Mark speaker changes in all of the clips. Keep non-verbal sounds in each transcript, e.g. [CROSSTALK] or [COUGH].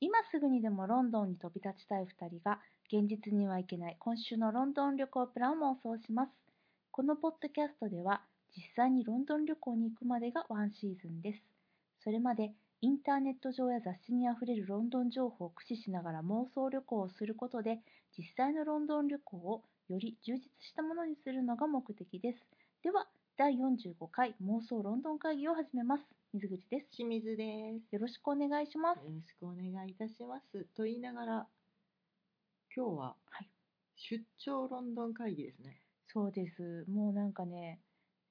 Speaker 1: 今すぐにでもロンドンに飛び立ちたい2人が現実には行けない今週のロンドン旅行プランを妄想しますこのポッドキャストでは実際にロンドン旅行に行くまでがワンシーズンですそれまでインターネット上や雑誌にあふれるロンドン情報を駆使しながら妄想旅行をすることで実際のロンドン旅行をより充実したものにするのが目的ですでは第45回妄想ロンドン会議を始めます水口です
Speaker 2: 清水です。
Speaker 1: よろしくお願いします
Speaker 2: よろしくお願いいたします。と言いながら、今日は
Speaker 1: はい
Speaker 2: 出張ロンドン会議ですね。
Speaker 1: そうです。もうなんかね、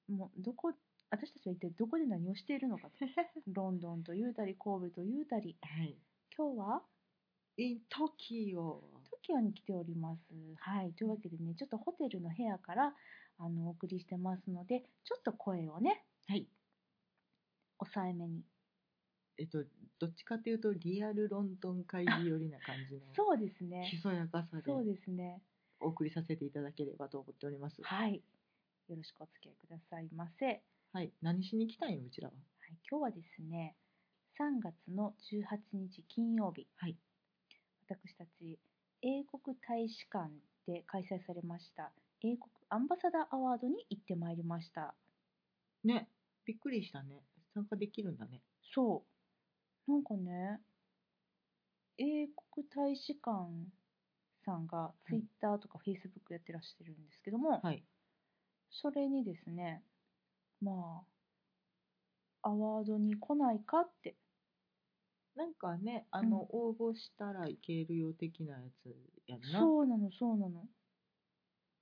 Speaker 1: もうどこ私たちは一体どこで何をしているのかと。ロンドンと言うたり、神戸と言うたり、
Speaker 2: はい。
Speaker 1: 今日は
Speaker 2: in トキオ。
Speaker 1: TOKIO に来ております。はい、というわけでね、ちょっとホテルの部屋からあのお送りしてますので、ちょっと声をね、
Speaker 2: はい。
Speaker 1: 抑えめに。、
Speaker 2: えっと、どっちかというとリアルロンドン会議寄りな感じの
Speaker 1: [LAUGHS] そうですね
Speaker 2: ひ。そやかさで
Speaker 1: そうですね。
Speaker 2: お送りさせていただければと思っております。
Speaker 1: はい。よろしくお付き合いくださいませ。はい、
Speaker 2: はい。何しに来たんよ、うちらは。
Speaker 1: 今日はですね、3月の18日金曜日。
Speaker 2: はい。
Speaker 1: 私たち英国大使館で開催されました英国アンバサダーアワードに行ってまいりました
Speaker 2: ね。びっくりしたね。参加できるんだね。
Speaker 1: そうなんかね英国大使館さんが
Speaker 2: い
Speaker 1: ツイッターとかフェイスブックやってらっしゃるんですけども、
Speaker 2: はい。
Speaker 1: それにですねまあアワードに来ないかって
Speaker 2: なんかね、あの、応募したらいけるよ的なやつやんな。
Speaker 1: そうなのそうなの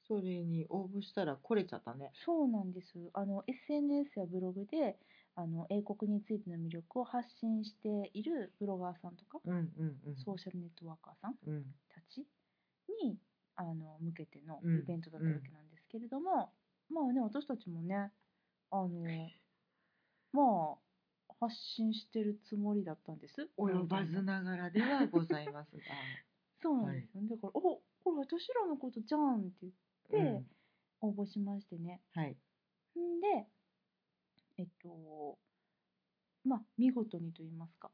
Speaker 2: それに応募したら来れちゃったね。
Speaker 1: そうなんです。あの SNS やブログであの英国についての魅力を発信しているブロガーさんとか、
Speaker 2: うんうんうん。
Speaker 1: ソーシャルネットワーカーさん
Speaker 2: うん。
Speaker 1: たちにあの向けての
Speaker 2: うん
Speaker 1: イベントだったわけなんですけれども、まあね私たちもねあのまあ発信してるつもりだったんです。
Speaker 2: 及ばずながらではございますが。
Speaker 1: そうなんですよ、ねだから「おこれ私らのことじゃん」って言って [LAUGHS] で
Speaker 2: うん
Speaker 1: 応募しましてね。
Speaker 2: はい。
Speaker 1: んで、えっと、まあ、見事にと言いますか。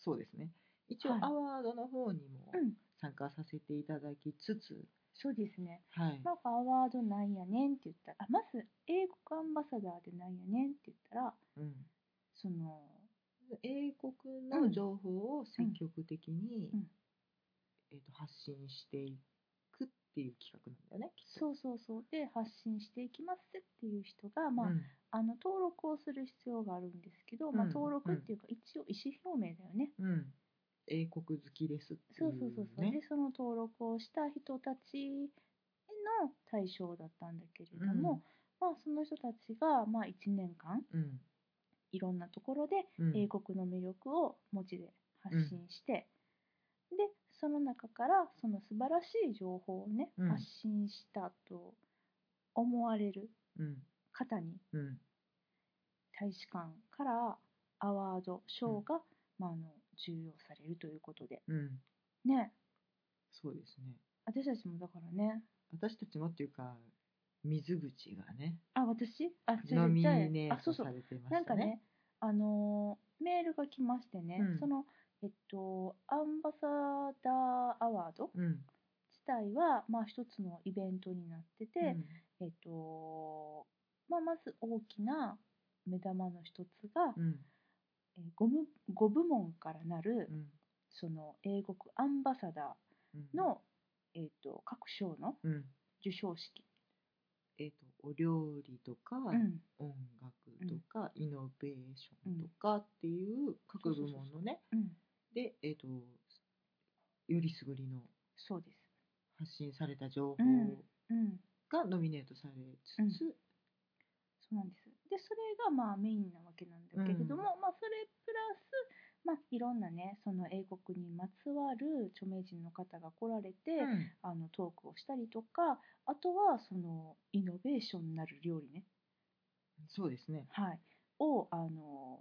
Speaker 2: そうですね。一応
Speaker 1: はい
Speaker 2: アワードの方にも
Speaker 1: うん
Speaker 2: 参加させていただきつつ、
Speaker 1: そうですね。
Speaker 2: はい。
Speaker 1: なんかアワードなんやねんって言ったら、あまず英国アンバサダーでなんやねんって言ったら、
Speaker 2: うん。
Speaker 1: その、
Speaker 2: 英国の情報を積極的に、
Speaker 1: うん
Speaker 2: えっと発信していくっていう企画なんだよね。きっと
Speaker 1: そうそうそうで発信していきますっていう人が、まあ
Speaker 2: うん
Speaker 1: あの登録をする必要があるんですけど、まあ、
Speaker 2: うん
Speaker 1: 登録っていうか一応意思表明だよね。
Speaker 2: うん。英国好きですってい
Speaker 1: そううそうそうそう、
Speaker 2: ね
Speaker 1: で。その登録をした人たちへの対象だったんだけれども、まあ、その人たちが、まあ、1年間
Speaker 2: うん。
Speaker 1: いろんなところで
Speaker 2: うん
Speaker 1: 英国の魅力を文字で発信して、でその中からその素晴らしい情報をね、
Speaker 2: うん
Speaker 1: 発信したと思われる
Speaker 2: うん。
Speaker 1: 方に
Speaker 2: うん。
Speaker 1: 大使館からアワード賞が、まあ、あの授与されるということで
Speaker 2: うん。
Speaker 1: ね
Speaker 2: そうですね。
Speaker 1: 私たちもだからね
Speaker 2: 私たちもっていうか水口がね
Speaker 1: あ私あそれ
Speaker 2: ノミ
Speaker 1: じゃあ
Speaker 2: ネ
Speaker 1: あ
Speaker 2: ー
Speaker 1: そ
Speaker 2: ト
Speaker 1: うそ
Speaker 2: さ
Speaker 1: う
Speaker 2: れてま
Speaker 1: なん
Speaker 2: し
Speaker 1: か
Speaker 2: たね。
Speaker 1: ね、あのーメールが来ましてね、
Speaker 2: うん
Speaker 1: その、えっと、アンバサダーアワード
Speaker 2: うん
Speaker 1: 自体は、まあ、一つのイベントになってて、
Speaker 2: うん
Speaker 1: えっと、まあ、まず大きな目玉の一つが、
Speaker 2: うん
Speaker 1: えーごむ5部門からなる、
Speaker 2: うん
Speaker 1: その英国アンバサダ
Speaker 2: うん
Speaker 1: ーの、えっと、各賞の
Speaker 2: うん
Speaker 1: 授賞式、
Speaker 2: えっとお料理とか
Speaker 1: うん
Speaker 2: 音楽とかイノベーションとかっていう各部門のね
Speaker 1: うん、
Speaker 2: でえっとよりすぐりの
Speaker 1: そうです、
Speaker 2: 発信された情報
Speaker 1: うんうん、
Speaker 2: がノミネートされつつ
Speaker 1: そうなんです。で、それがまあメインなわけなんだけれども、まあそれプラス、まあいろんなね、その英国にまつわる著名人の方が来られて、
Speaker 2: うん
Speaker 1: あのトークをしたりとか、あとはそのイノベーションなる料理ね、
Speaker 2: そうですね
Speaker 1: はい、をあの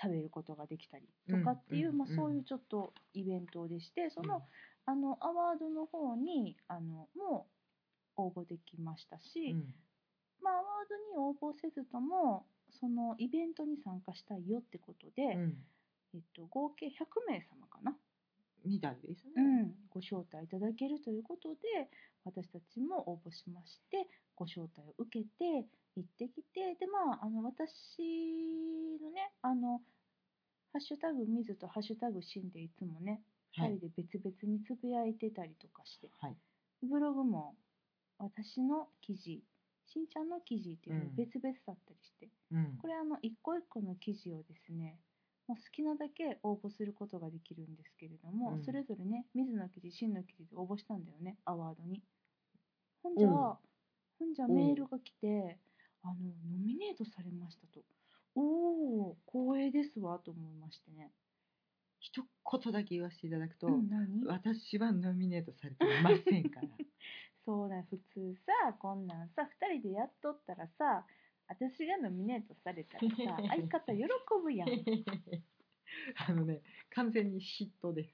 Speaker 1: 食べることができたりとかっていう、
Speaker 2: うん
Speaker 1: まあ
Speaker 2: うん
Speaker 1: そういうちょっとイベントでして、その、あのアワードの方にあのも応募できましたし。
Speaker 2: うん
Speaker 1: まあ、アワードに応募せずともそのイベントに参加したいよってことで、
Speaker 2: うん
Speaker 1: えっと、合計100名様かな、
Speaker 2: みたいですね。
Speaker 1: うん、ご招待いただけるということで私たちも応募しましてご招待を受けて行ってきてでまああの私のねあの「ハッシュタグ水」と「ハッシュタグシン」でいつもね
Speaker 2: は
Speaker 1: 2
Speaker 2: い
Speaker 1: 人。で別々につぶやいてたりとかして、
Speaker 2: はい。
Speaker 1: ブログも私の記事しんちゃんの記事っていうの
Speaker 2: うん
Speaker 1: 別々だったりして、
Speaker 2: うん
Speaker 1: こ。れあの一個一個の記事をですねもう好きなだけ応募することができるんですけれども、
Speaker 2: うん
Speaker 1: それぞれね水野記事真の記事で応募したんだよねアワードに。ほんじゃ、
Speaker 2: うん
Speaker 1: ほんじゃ
Speaker 2: うん
Speaker 1: メールが来て、あのノミネートされましたと。おお光栄ですわと思いましてね。
Speaker 2: 一言だけ言わせていただくと、
Speaker 1: うん、何
Speaker 2: 私はノミネートされていませんから。
Speaker 1: [LAUGHS] そうだ普通さこんなんさ2人でやっとったらさ私がノミネートされたらさ相方喜ぶやん
Speaker 2: あのね、完全に嫉妬です。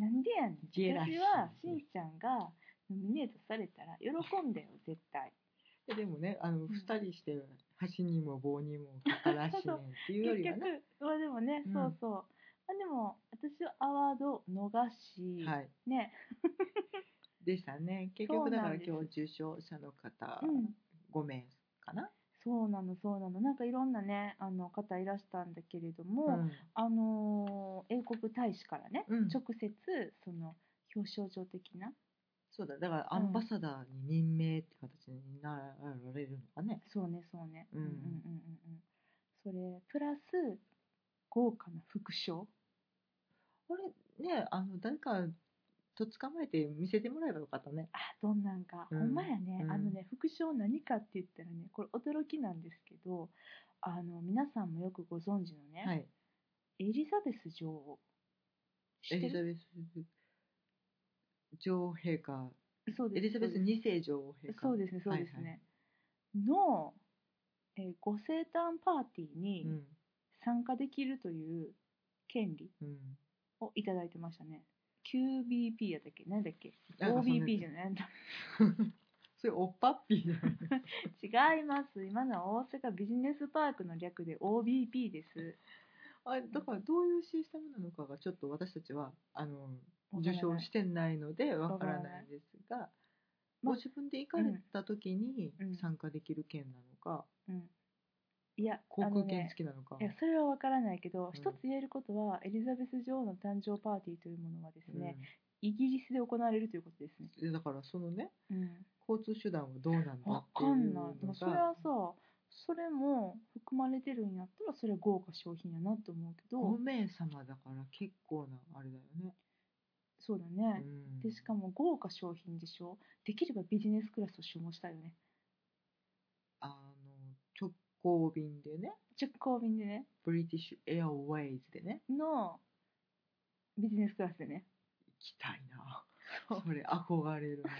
Speaker 1: なんでやねん
Speaker 2: ジェラシー
Speaker 1: 私はしんちゃんがノミネートされたら喜んだよ絶対
Speaker 2: ででもね、あの
Speaker 1: ん
Speaker 2: 二人して箸にも棒にもかからしねっていうよ
Speaker 1: 結
Speaker 2: りは
Speaker 1: 局
Speaker 2: ね、
Speaker 1: まあでもね、
Speaker 2: うん
Speaker 1: そうそうまあでも私はアワードを逃し、
Speaker 2: はい、
Speaker 1: ね
Speaker 2: でしたね。結
Speaker 1: そう
Speaker 2: 局だ
Speaker 1: な
Speaker 2: から
Speaker 1: んです
Speaker 2: 今日受賞者の方
Speaker 1: うん
Speaker 2: 5名かな。
Speaker 1: そうなのそうなのなんかいろんなねあの方いらしたんだけれども、
Speaker 2: うん
Speaker 1: あのー英国大使からね、
Speaker 2: うん
Speaker 1: 直接その表彰状的な
Speaker 2: そうだ、だからアンバサダーに任命って形になられるのかね。
Speaker 1: そうねそうね
Speaker 2: うん
Speaker 1: うんうんうんうんそれプラス豪華な副賞
Speaker 2: これね、あの誰かと捕まえて見せてもらえばよかったね。
Speaker 1: あどんなんか、
Speaker 2: うん
Speaker 1: ほんまやね、
Speaker 2: うん
Speaker 1: あのね副賞何かって言ったらねこれ驚きなんですけどあの皆さんもよくご存知のね、
Speaker 2: はい。
Speaker 1: エリザベス女王知
Speaker 2: エ
Speaker 1: って
Speaker 2: リザ
Speaker 1: る
Speaker 2: ベス女王陛下、
Speaker 1: そうです
Speaker 2: エリザベス
Speaker 1: そうです
Speaker 2: 二世女王陛下。
Speaker 1: そうですねそうですね、の、えーご生誕パーティーに
Speaker 2: うん
Speaker 1: 参加できるという権利
Speaker 2: うん。
Speaker 1: をいただいてましたね QBP やったっけ何だっけ
Speaker 2: なんかそんなやつ
Speaker 1: OBP じゃないんだ
Speaker 2: それおっぱっぴーだ
Speaker 1: 違
Speaker 2: よね。
Speaker 1: い [LAUGHS] ます今のは大阪ビジネスパークの略で OBP です
Speaker 2: あれだからどういうシステムなのかがちょっと私たちはあの
Speaker 1: わから
Speaker 2: 受
Speaker 1: ない
Speaker 2: 賞してないのでわから
Speaker 1: わから
Speaker 2: な
Speaker 1: ないい
Speaker 2: ですが、
Speaker 1: ま
Speaker 2: ご自分で行かれた時に
Speaker 1: うん
Speaker 2: 参加できる券なのか、
Speaker 1: うんいや
Speaker 2: 航
Speaker 1: あ
Speaker 2: 空
Speaker 1: の
Speaker 2: 券
Speaker 1: ね
Speaker 2: 付きなのか、
Speaker 1: いやそれは分からないけど、
Speaker 2: うん
Speaker 1: 一つ言えることはエリザベス女王の誕生パーティーというものはです
Speaker 2: うん
Speaker 1: ね、イギリスで行われるということですね、
Speaker 2: でだからそのね
Speaker 1: うん、
Speaker 2: 交通手段はどうなんだ
Speaker 1: 分
Speaker 2: って
Speaker 1: か
Speaker 2: い
Speaker 1: ん
Speaker 2: う
Speaker 1: ない
Speaker 2: の
Speaker 1: でもそれ
Speaker 2: が
Speaker 1: はさそれも含まれてるんやったらそれは豪華商品やなと思うけど
Speaker 2: 5名様だから結構なあれだよね。
Speaker 1: そうだね、
Speaker 2: うん
Speaker 1: でしかも豪華商品でしょできればビジネスクラスを所望したいよね
Speaker 2: あの直行便でね
Speaker 1: 直行便でね
Speaker 2: ブリティッシュエアウェイズでね
Speaker 1: のビジネスクラスでね
Speaker 2: 行きたいな
Speaker 1: そう
Speaker 2: それ憧れるな。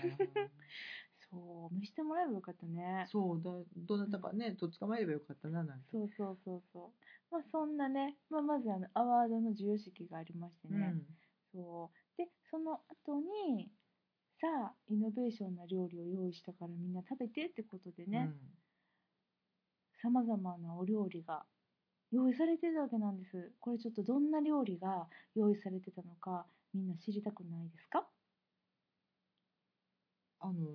Speaker 1: そう見せてもらえばよかった [LAUGHS] ね
Speaker 2: そうだどなたかね、とっ捕まえればよかったななんて
Speaker 1: そうそうそうそう。まあそんなね、まあ、まずあのアワードの授与式がありまして
Speaker 2: う
Speaker 1: ね、
Speaker 2: ん
Speaker 1: そうでその後にさあイノベーションな料理を用意したからみんな食べてってことでねさまざまなお料理が用意されてたわけなんですこれちょっとどんな料理が用意されてたのかみんな知りたくないですか
Speaker 2: うんあの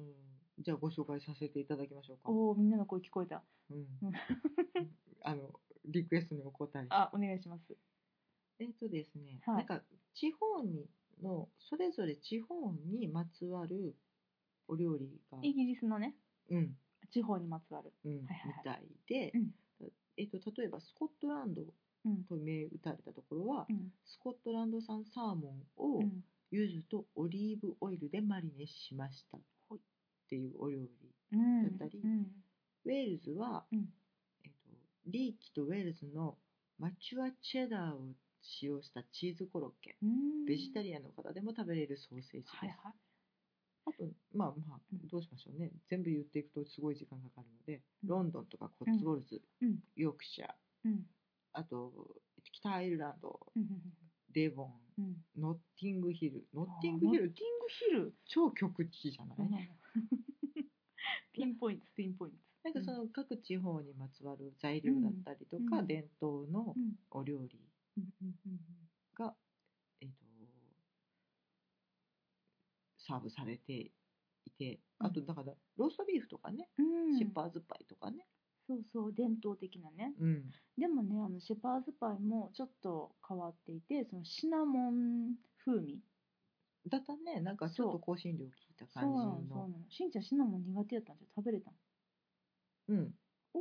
Speaker 2: じゃあご紹介させていただきましょうか、
Speaker 1: おおみんなの声聞こえた
Speaker 2: うん
Speaker 1: う、
Speaker 2: [LAUGHS] あのリクエストにお答え
Speaker 1: あお願いします
Speaker 2: えっ、とですね、
Speaker 1: はい
Speaker 2: なんか地方にのそれぞれ地方にまつわるお料理が
Speaker 1: イギリスのね
Speaker 2: うん
Speaker 1: 地方にまつわる
Speaker 2: うん、
Speaker 1: はいはい
Speaker 2: みたいで、
Speaker 1: うん
Speaker 2: えっと例えばスコットランド
Speaker 1: うん
Speaker 2: と銘打たれたところは、
Speaker 1: うん
Speaker 2: スコットランド産サーモンを、
Speaker 1: うん
Speaker 2: 柚子とオリーブオイルでマリネしましたっ
Speaker 1: ほい
Speaker 2: ていうお料理
Speaker 1: うん
Speaker 2: だったり
Speaker 1: うん
Speaker 2: ウェールズは、
Speaker 1: うん
Speaker 2: えっとリーキとウェールズのマチュアチェダーを使用したチーズコロッケ
Speaker 1: うん
Speaker 2: ベジタリアンの方でも食べれるソーセージです、
Speaker 1: はいはい
Speaker 2: あとまあまあ
Speaker 1: うん
Speaker 2: どうしましょうね全部言っていくとすごい時間かかるので、
Speaker 1: うん
Speaker 2: ロンドンとかコッツウォルズ、
Speaker 1: うん
Speaker 2: ヨークシャー
Speaker 1: うん
Speaker 2: あと北アイルランド
Speaker 1: うん
Speaker 2: デボン
Speaker 1: うんうん
Speaker 2: ノッティングヒルノッティン
Speaker 1: あ
Speaker 2: グ
Speaker 1: ー
Speaker 2: ヒ
Speaker 1: ノ
Speaker 2: ル
Speaker 1: ッティングヒル
Speaker 2: 超極地じゃない、
Speaker 1: [LAUGHS] ピンポイントピンポイント
Speaker 2: なんかその各地方にまつわる材料だったりとか、
Speaker 1: うん
Speaker 2: 伝統の
Speaker 1: うん
Speaker 2: お料理
Speaker 1: うんうんうん
Speaker 2: サーブされていて
Speaker 1: うん
Speaker 2: あとだからローストビーフとかね、
Speaker 1: うん
Speaker 2: シェパーズパイとかね、
Speaker 1: そうそう伝統的なね
Speaker 2: うん、
Speaker 1: でもねあのシェパーズパイもちょっと変わっていてそのシナモン風味
Speaker 2: だったねなんかちょ
Speaker 1: そ
Speaker 2: っと
Speaker 1: う
Speaker 2: 香辛料効いた
Speaker 1: そう
Speaker 2: 感じ
Speaker 1: なのそうな
Speaker 2: の
Speaker 1: のしんちゃんシナモン苦手やったんじゃ食べれたん
Speaker 2: うん
Speaker 1: お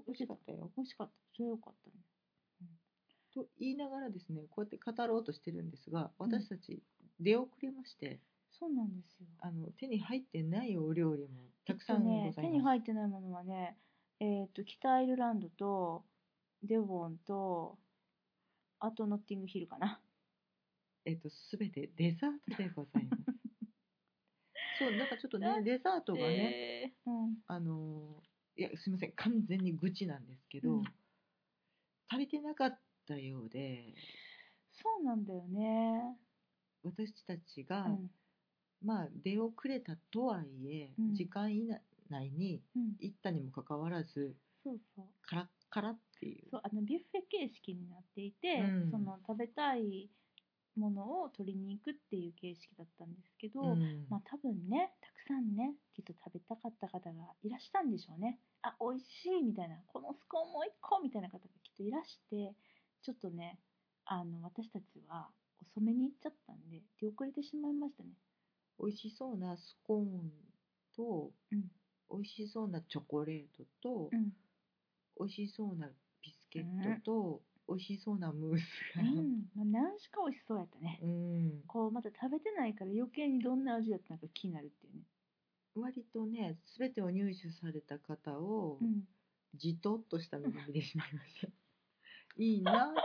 Speaker 1: お
Speaker 2: 美味しかったよ
Speaker 1: 美味しかったそれよかったね
Speaker 2: と言いながらですねこうやって語ろうとしてるんですが私たち出遅れまして、
Speaker 1: そうなんですよ
Speaker 2: あの手に入ってないお料理もたくさん
Speaker 1: え
Speaker 2: ご
Speaker 1: っと
Speaker 2: ざ
Speaker 1: ね、
Speaker 2: い
Speaker 1: 手に
Speaker 2: ます、
Speaker 1: 入ってないものはねえーっと北アイルランドとデボンとあとノッティングヒルかな
Speaker 2: えっとすべてデザートでございます
Speaker 1: [LAUGHS]
Speaker 2: そうなんかちょっと
Speaker 1: だ
Speaker 2: ねデザートがね
Speaker 1: ねうん
Speaker 2: あのーいやすみません完全に愚痴なんですけど、
Speaker 1: うん
Speaker 2: 足りてなかったようで
Speaker 1: そうなんだよね
Speaker 2: 私たち
Speaker 1: う
Speaker 2: が、
Speaker 1: ん
Speaker 2: まあ出遅れたとはいえ、
Speaker 1: うん
Speaker 2: 時間以内に
Speaker 1: うん
Speaker 2: 行ったにもかかわらず
Speaker 1: そうそう
Speaker 2: カラッカラっていう
Speaker 1: そうあのビュッフェ形式になっていて、
Speaker 2: うん
Speaker 1: その食べたいものを取りに行くっていう形式だったんですけど、
Speaker 2: ん
Speaker 1: まあ多分ねたくさんねきっと食べたかった方がいらしたんでしょうねあ美味しいみたいなこのスコーンもう一個みたいな方がきっといらしてちょっとねあの私たちは遅めに行っちゃったんで出遅れてしまいましたね
Speaker 2: 美味しそうなスコーンと、
Speaker 1: うん
Speaker 2: 美味しそうなチョコレートと、
Speaker 1: うん、
Speaker 2: 美味しそうなビスケットと、美味しそうなムース
Speaker 1: う
Speaker 2: が、
Speaker 1: んまあ、何しか美味しそうやったね、
Speaker 2: うん
Speaker 1: こうまだ食べてないから余計にどんな味だったのか気になるっていうね
Speaker 2: 割とね全てを入手された方を、
Speaker 1: うん
Speaker 2: じとっとした目で見てしまいました [LAUGHS] いいなって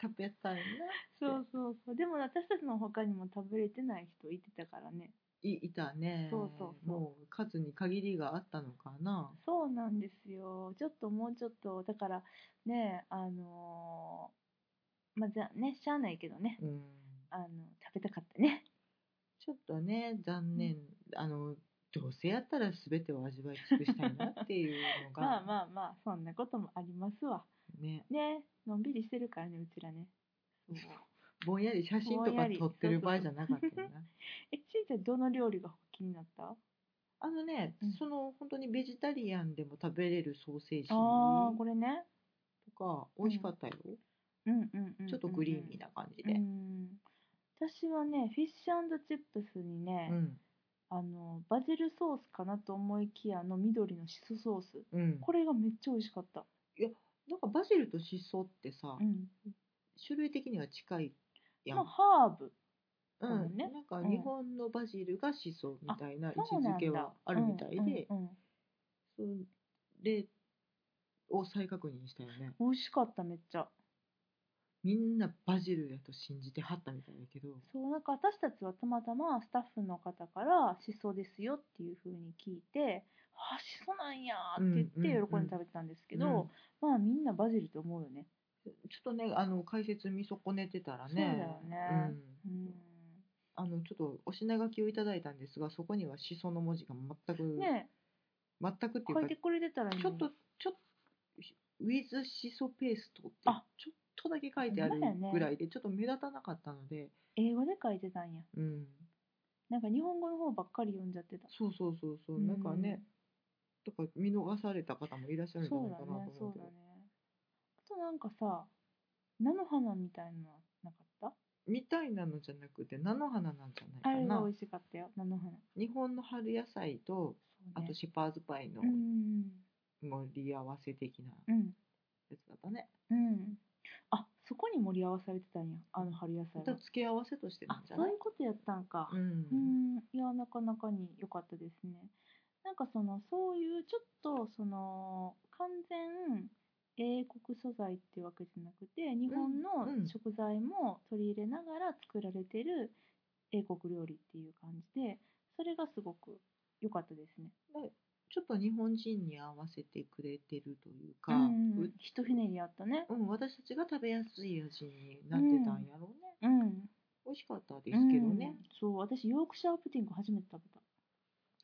Speaker 2: 食べたいな
Speaker 1: そうそうそうでも私たちの他にも食べれてない人いてたからね
Speaker 2: いいたね
Speaker 1: そうそうそう
Speaker 2: もう数に限りがあったのかな
Speaker 1: そうなんですよちょっともうちょっとだからねあのーまあじゃあねしゃあないけどね
Speaker 2: うん
Speaker 1: あの食べたかったね
Speaker 2: ちょっとね残念、あのどうせやったら全てを味わい尽くしたいなっていうのが
Speaker 1: [LAUGHS] まあまあまあそんなこともありますわ
Speaker 2: ね
Speaker 1: ねのんびりしてるからねうちらねそう
Speaker 2: ぼんやり写真
Speaker 1: ぼ
Speaker 2: と
Speaker 1: んや
Speaker 2: か
Speaker 1: り
Speaker 2: 撮ってる場合じゃなかったよな
Speaker 1: えちーちゃんどの料理が気になった
Speaker 2: あのね、
Speaker 1: うん
Speaker 2: その本当にベジタリアンでも食べれるソーセージ
Speaker 1: ああ
Speaker 2: と
Speaker 1: これね
Speaker 2: か美味しかったよ、
Speaker 1: うんうんうんうんうん
Speaker 2: ちょっとグリーミーな感じで、
Speaker 1: うん私はねフィッシュチップスにね、
Speaker 2: うん
Speaker 1: あのバジルソースかなと思いきやあの緑のシソソース
Speaker 2: うん、
Speaker 1: これがめっちゃ美味しかった、
Speaker 2: なんかバジルとシソってさ、
Speaker 1: うん
Speaker 2: 種類的には近いやん、
Speaker 1: まあ、ハーブそう
Speaker 2: う
Speaker 1: だ
Speaker 2: ん
Speaker 1: ね
Speaker 2: なんか
Speaker 1: うん
Speaker 2: 日本のバジルがシソみたいな位置
Speaker 1: そうな
Speaker 2: づけ
Speaker 1: ん
Speaker 2: は
Speaker 1: だ
Speaker 2: あるみたいで、
Speaker 1: うんうんうん
Speaker 2: それを再確認したよね
Speaker 1: 美味しかっためっちゃ
Speaker 2: みんなバジルやと信じてはったみたいだけど
Speaker 1: そうなんか私たちはたまたまスタッフの方からシソですよっていう風に聞いてあシソなんやーって言
Speaker 2: うんうんう
Speaker 1: っ
Speaker 2: ん
Speaker 1: て喜んで食べてたんですけど、
Speaker 2: うん
Speaker 1: まあみんなバジルと思うよね
Speaker 2: ちょっとねあの解説見損ねてたらね
Speaker 1: そうだよね
Speaker 2: う
Speaker 1: うんん
Speaker 2: あのちょっとお品書きをいただいたんですがそこにはシソの文字が全く、
Speaker 1: ね
Speaker 2: 全くっていう
Speaker 1: 書
Speaker 2: か
Speaker 1: いてくれてたらいい
Speaker 2: ち
Speaker 1: の
Speaker 2: ょ
Speaker 1: に
Speaker 2: っと、ちょっと、ウィズシソペーストって、
Speaker 1: あ
Speaker 2: ちょっとだけ書いてある
Speaker 1: ほんまやね
Speaker 2: ぐらいで、ちょっと目立たなかったので、
Speaker 1: 英語で書いてたんや
Speaker 2: うん。
Speaker 1: なんか日本語の方ばっかり読んじゃってた
Speaker 2: そうそうそうそう、なんかね、とか見逃された方もいらっし
Speaker 1: そ
Speaker 2: ゃる
Speaker 1: うん
Speaker 2: じゃない
Speaker 1: だ
Speaker 2: かなと思
Speaker 1: ねそう
Speaker 2: うけ
Speaker 1: だ
Speaker 2: ど、
Speaker 1: ねあとなんかさ菜の花みたいなのはなかった
Speaker 2: みたいなのじゃなくて、菜の花なんじゃ
Speaker 1: あ
Speaker 2: ない
Speaker 1: れ
Speaker 2: か
Speaker 1: は
Speaker 2: な
Speaker 1: 美。味しかったよ菜の花
Speaker 2: 日本の春野菜と、
Speaker 1: そ
Speaker 2: あ
Speaker 1: うね
Speaker 2: とシェパーズパイの
Speaker 1: うん
Speaker 2: 盛り合わせ的な
Speaker 1: うん
Speaker 2: やつだったね。
Speaker 1: うんあそこに盛り合わされてたんやあの春野
Speaker 2: ま
Speaker 1: 菜
Speaker 2: た
Speaker 1: は
Speaker 2: 付け合わせとしてな
Speaker 1: あ
Speaker 2: んじゃ
Speaker 1: そう
Speaker 2: ないいう
Speaker 1: ことやったんか
Speaker 2: う。
Speaker 1: うんんいやなかなかに良かったですねなんかそのそういうちょっとその完全英国素材っていうわけじゃなくて日本
Speaker 2: うんうん
Speaker 1: の食材も取り入れながら作られてる英国料理っていう感じでそれがすごく良かったですね。
Speaker 2: ちょっと日本人に合わせてくれてるというか、
Speaker 1: うんう、
Speaker 2: うん
Speaker 1: ひとひねりあったね。
Speaker 2: うん、私たちが食べやすい味になってたんやろうね、
Speaker 1: うん、
Speaker 2: 美味しかったですけど
Speaker 1: う
Speaker 2: ね
Speaker 1: ん、そう私ヨークシャープティング初めて食べた。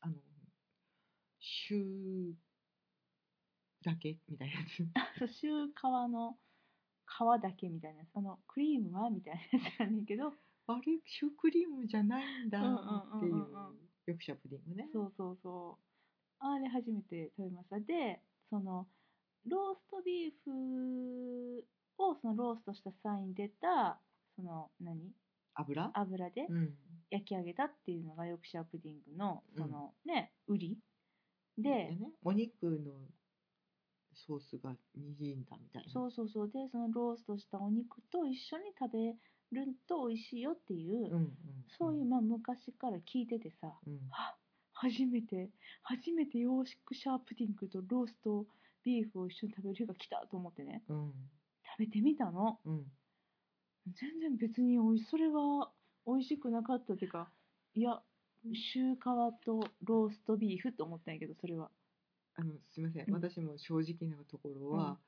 Speaker 2: あの週だけみたいなや
Speaker 1: [LAUGHS]
Speaker 2: つ
Speaker 1: そうシュー皮の皮だけみたいなやつあのクリームはみたいなやつやねんけど
Speaker 2: あれシュークリームじゃないんだ
Speaker 1: うんうん
Speaker 2: って
Speaker 1: う
Speaker 2: い
Speaker 1: んうんう
Speaker 2: う
Speaker 1: ん
Speaker 2: ヨークシャープディングね
Speaker 1: そうそうそうあれ初めて食べましたでそのローストビーフをそのローストした際に出たその何
Speaker 2: 油
Speaker 1: 油で
Speaker 2: うん
Speaker 1: 焼き上げたっていうのがヨークシャープディングの
Speaker 2: うん
Speaker 1: そのね、売りで、
Speaker 2: ねお肉のソースがにじんだみたいな
Speaker 1: そうそうそうでそのローストしたお肉と一緒に食べると美味しいよっていう、
Speaker 2: うんうん
Speaker 1: そういう、まあ、昔から聞いててさ
Speaker 2: うん
Speaker 1: 初めて初めて洋食シャープディングとローストビーフを一緒に食べる日が来たと思ってね
Speaker 2: うん
Speaker 1: 食べてみたの
Speaker 2: うん
Speaker 1: 全然別に美味しそれは美味しくなかったっていうかいや中華とローストビーフと思ったんやけどそれは
Speaker 2: あのすみません、
Speaker 1: うん
Speaker 2: 私も正直なところは、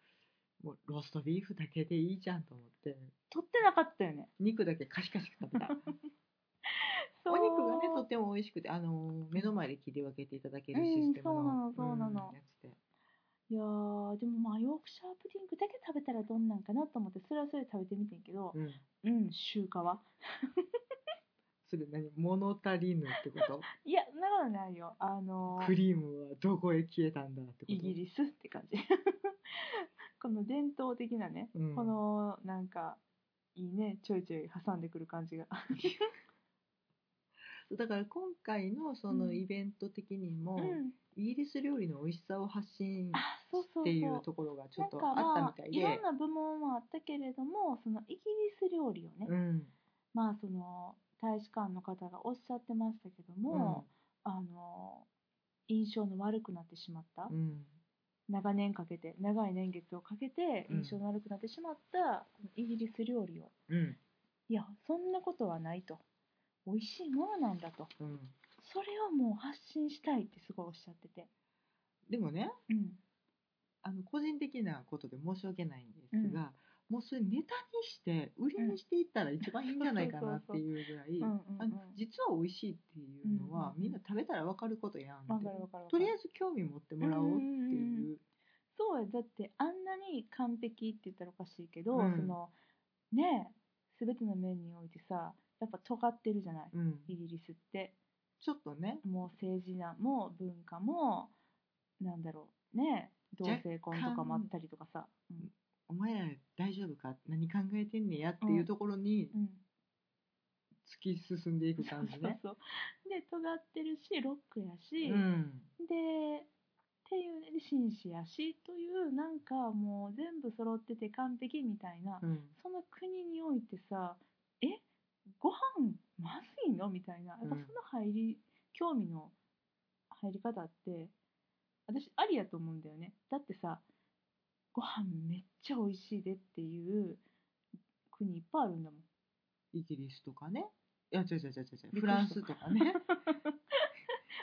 Speaker 2: もうローストビーフだけでいいじゃんと思って
Speaker 1: 取ってなかったよね
Speaker 2: 肉だけカシカシ食べた
Speaker 1: [LAUGHS] そ
Speaker 2: お
Speaker 1: う
Speaker 2: 肉がねとっても美味しくてあの目の前で切り分けていただけるシステム
Speaker 1: う
Speaker 2: の
Speaker 1: ん、そうなのそうなの
Speaker 2: んやつで
Speaker 1: いやーでもまあヨークシャープディングだけ食べたらどんなんかなと思ってそれはそれで食べてみてんけど
Speaker 2: うん
Speaker 1: うん中華は
Speaker 2: それ何物足りぬってこと
Speaker 1: いやそんなことないよ [LAUGHS] あのー
Speaker 2: クリームはどこへ消えたんだってこと
Speaker 1: イギリスって感じ [LAUGHS] この伝統的なね、
Speaker 2: うん
Speaker 1: このなんかいいねちょいちょい挟んでくる感じが
Speaker 2: だから今回のそうの
Speaker 1: ん
Speaker 2: イベント的に
Speaker 1: う
Speaker 2: も、
Speaker 1: ん
Speaker 2: イギリス料理の美味しさを発信
Speaker 1: あそうそうそう
Speaker 2: っていうところがちょっとあったみたいで、
Speaker 1: なんかまあいろんな部門はあったけれどもそのイギリス料理をね、
Speaker 2: うん
Speaker 1: まあその大使館の方がおっしゃってましたけども、あの印象の悪くなってしまった、
Speaker 2: うん
Speaker 1: 長年かけて長い年月をかけて
Speaker 2: うん
Speaker 1: 印象の悪くなってしまったイギリス料理を
Speaker 2: うん
Speaker 1: いやそんなことはないと美味しいものなんだと
Speaker 2: うん、
Speaker 1: それをもう発信したいってすごいおっしゃってて
Speaker 2: でもね
Speaker 1: うん
Speaker 2: あの個人的なことで申し訳ないんですが、もうそれネタにして売りにしていったら一番いいんじゃないかなっていうぐらい、
Speaker 1: うんうん
Speaker 2: あの実は美味しいっていうのは、
Speaker 1: うん
Speaker 2: みんな食べたら分かることやんって
Speaker 1: わかるわかるわかる
Speaker 2: とりあえず興味持ってもらおうっていう。
Speaker 1: そうやだってあんなに完璧って言ったらおかしいけど、
Speaker 2: うん
Speaker 1: そのねえ全ての面においてさやっぱ尖ってるじゃない
Speaker 2: うん
Speaker 1: イギリスって
Speaker 2: ちょっとね
Speaker 1: もう政治なんも文化もなんだろうねえ同性婚とかもあったりとかさ、うん
Speaker 2: お前ら大丈夫か何考えてんねやっていうところに
Speaker 1: うん、
Speaker 2: 突き進んでいく
Speaker 1: そう
Speaker 2: 感じね。
Speaker 1: そうそうで尖ってるしロックや
Speaker 2: う
Speaker 1: し、
Speaker 2: ん
Speaker 1: でっていうねで紳士やしというなんかもう全部揃ってて完璧みたいな、
Speaker 2: うん
Speaker 1: その国においてさえご飯まずいのみたいなやっぱ
Speaker 2: うん
Speaker 1: その入り、興味の入り方って私ありやと思うんだよねだってさご飯めっちゃ美味しいでっていう国いっぱいあるんだもん
Speaker 2: イギリスとかねいや違う違う違う違
Speaker 1: びっくりした
Speaker 2: うフランスと
Speaker 1: [LAUGHS]
Speaker 2: かね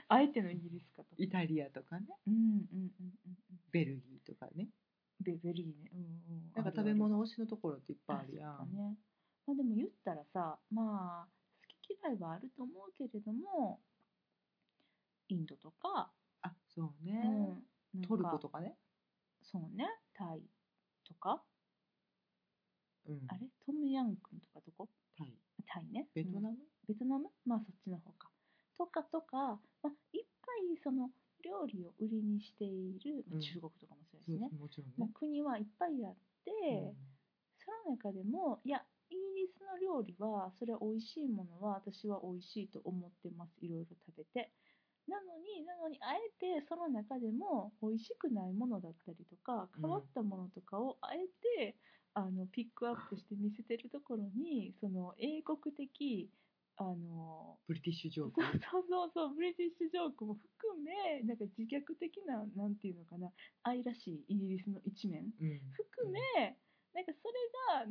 Speaker 1: あえてのイギリスかと
Speaker 2: イタリアとかね
Speaker 1: うんうんうんうんうん
Speaker 2: ベルギーとかね
Speaker 1: ベベリーねうんうん
Speaker 2: なんか
Speaker 1: あるある
Speaker 2: 食べ物推しのところっていっぱいあるや。
Speaker 1: あそうんかねまあ、でも言ったらさまあ好き嫌いはあると思うけれどもインドとか,、
Speaker 2: あそう
Speaker 1: う
Speaker 2: ね、
Speaker 1: なん
Speaker 2: トルコとかね。
Speaker 1: そうねタイとか
Speaker 2: うん、
Speaker 1: あれトムヤンクンとかどこ
Speaker 2: タイ
Speaker 1: タイね
Speaker 2: ベト
Speaker 1: うん
Speaker 2: ナム、
Speaker 1: ベトナムまあそっちの方かとかとか、まあ、いっぱいその料理を売りにしている、まあ
Speaker 2: うん
Speaker 1: 中国とかもそうです
Speaker 2: そう
Speaker 1: ね、
Speaker 2: もちろん
Speaker 1: まあ
Speaker 2: ね。、
Speaker 1: 国はいっぱいあって、その中でもいやイギリスの料理はそれは美味しいものは私は美味しいと思ってますいろいろ食べてなのになのにあえてその中でも美味しくないものだったりとか
Speaker 2: うん
Speaker 1: 変わったものとかをあえて、あのピックアップして見せてるところにその英国的あの
Speaker 2: ブリティッシュジョ
Speaker 1: そ
Speaker 2: ー
Speaker 1: う
Speaker 2: ク。
Speaker 1: [LAUGHS] そうそうそうブリティッシュジョークも含めなんか自虐的ななんていうのかな愛らしいイギリスの一面
Speaker 2: うん
Speaker 1: 含め、なんかそれ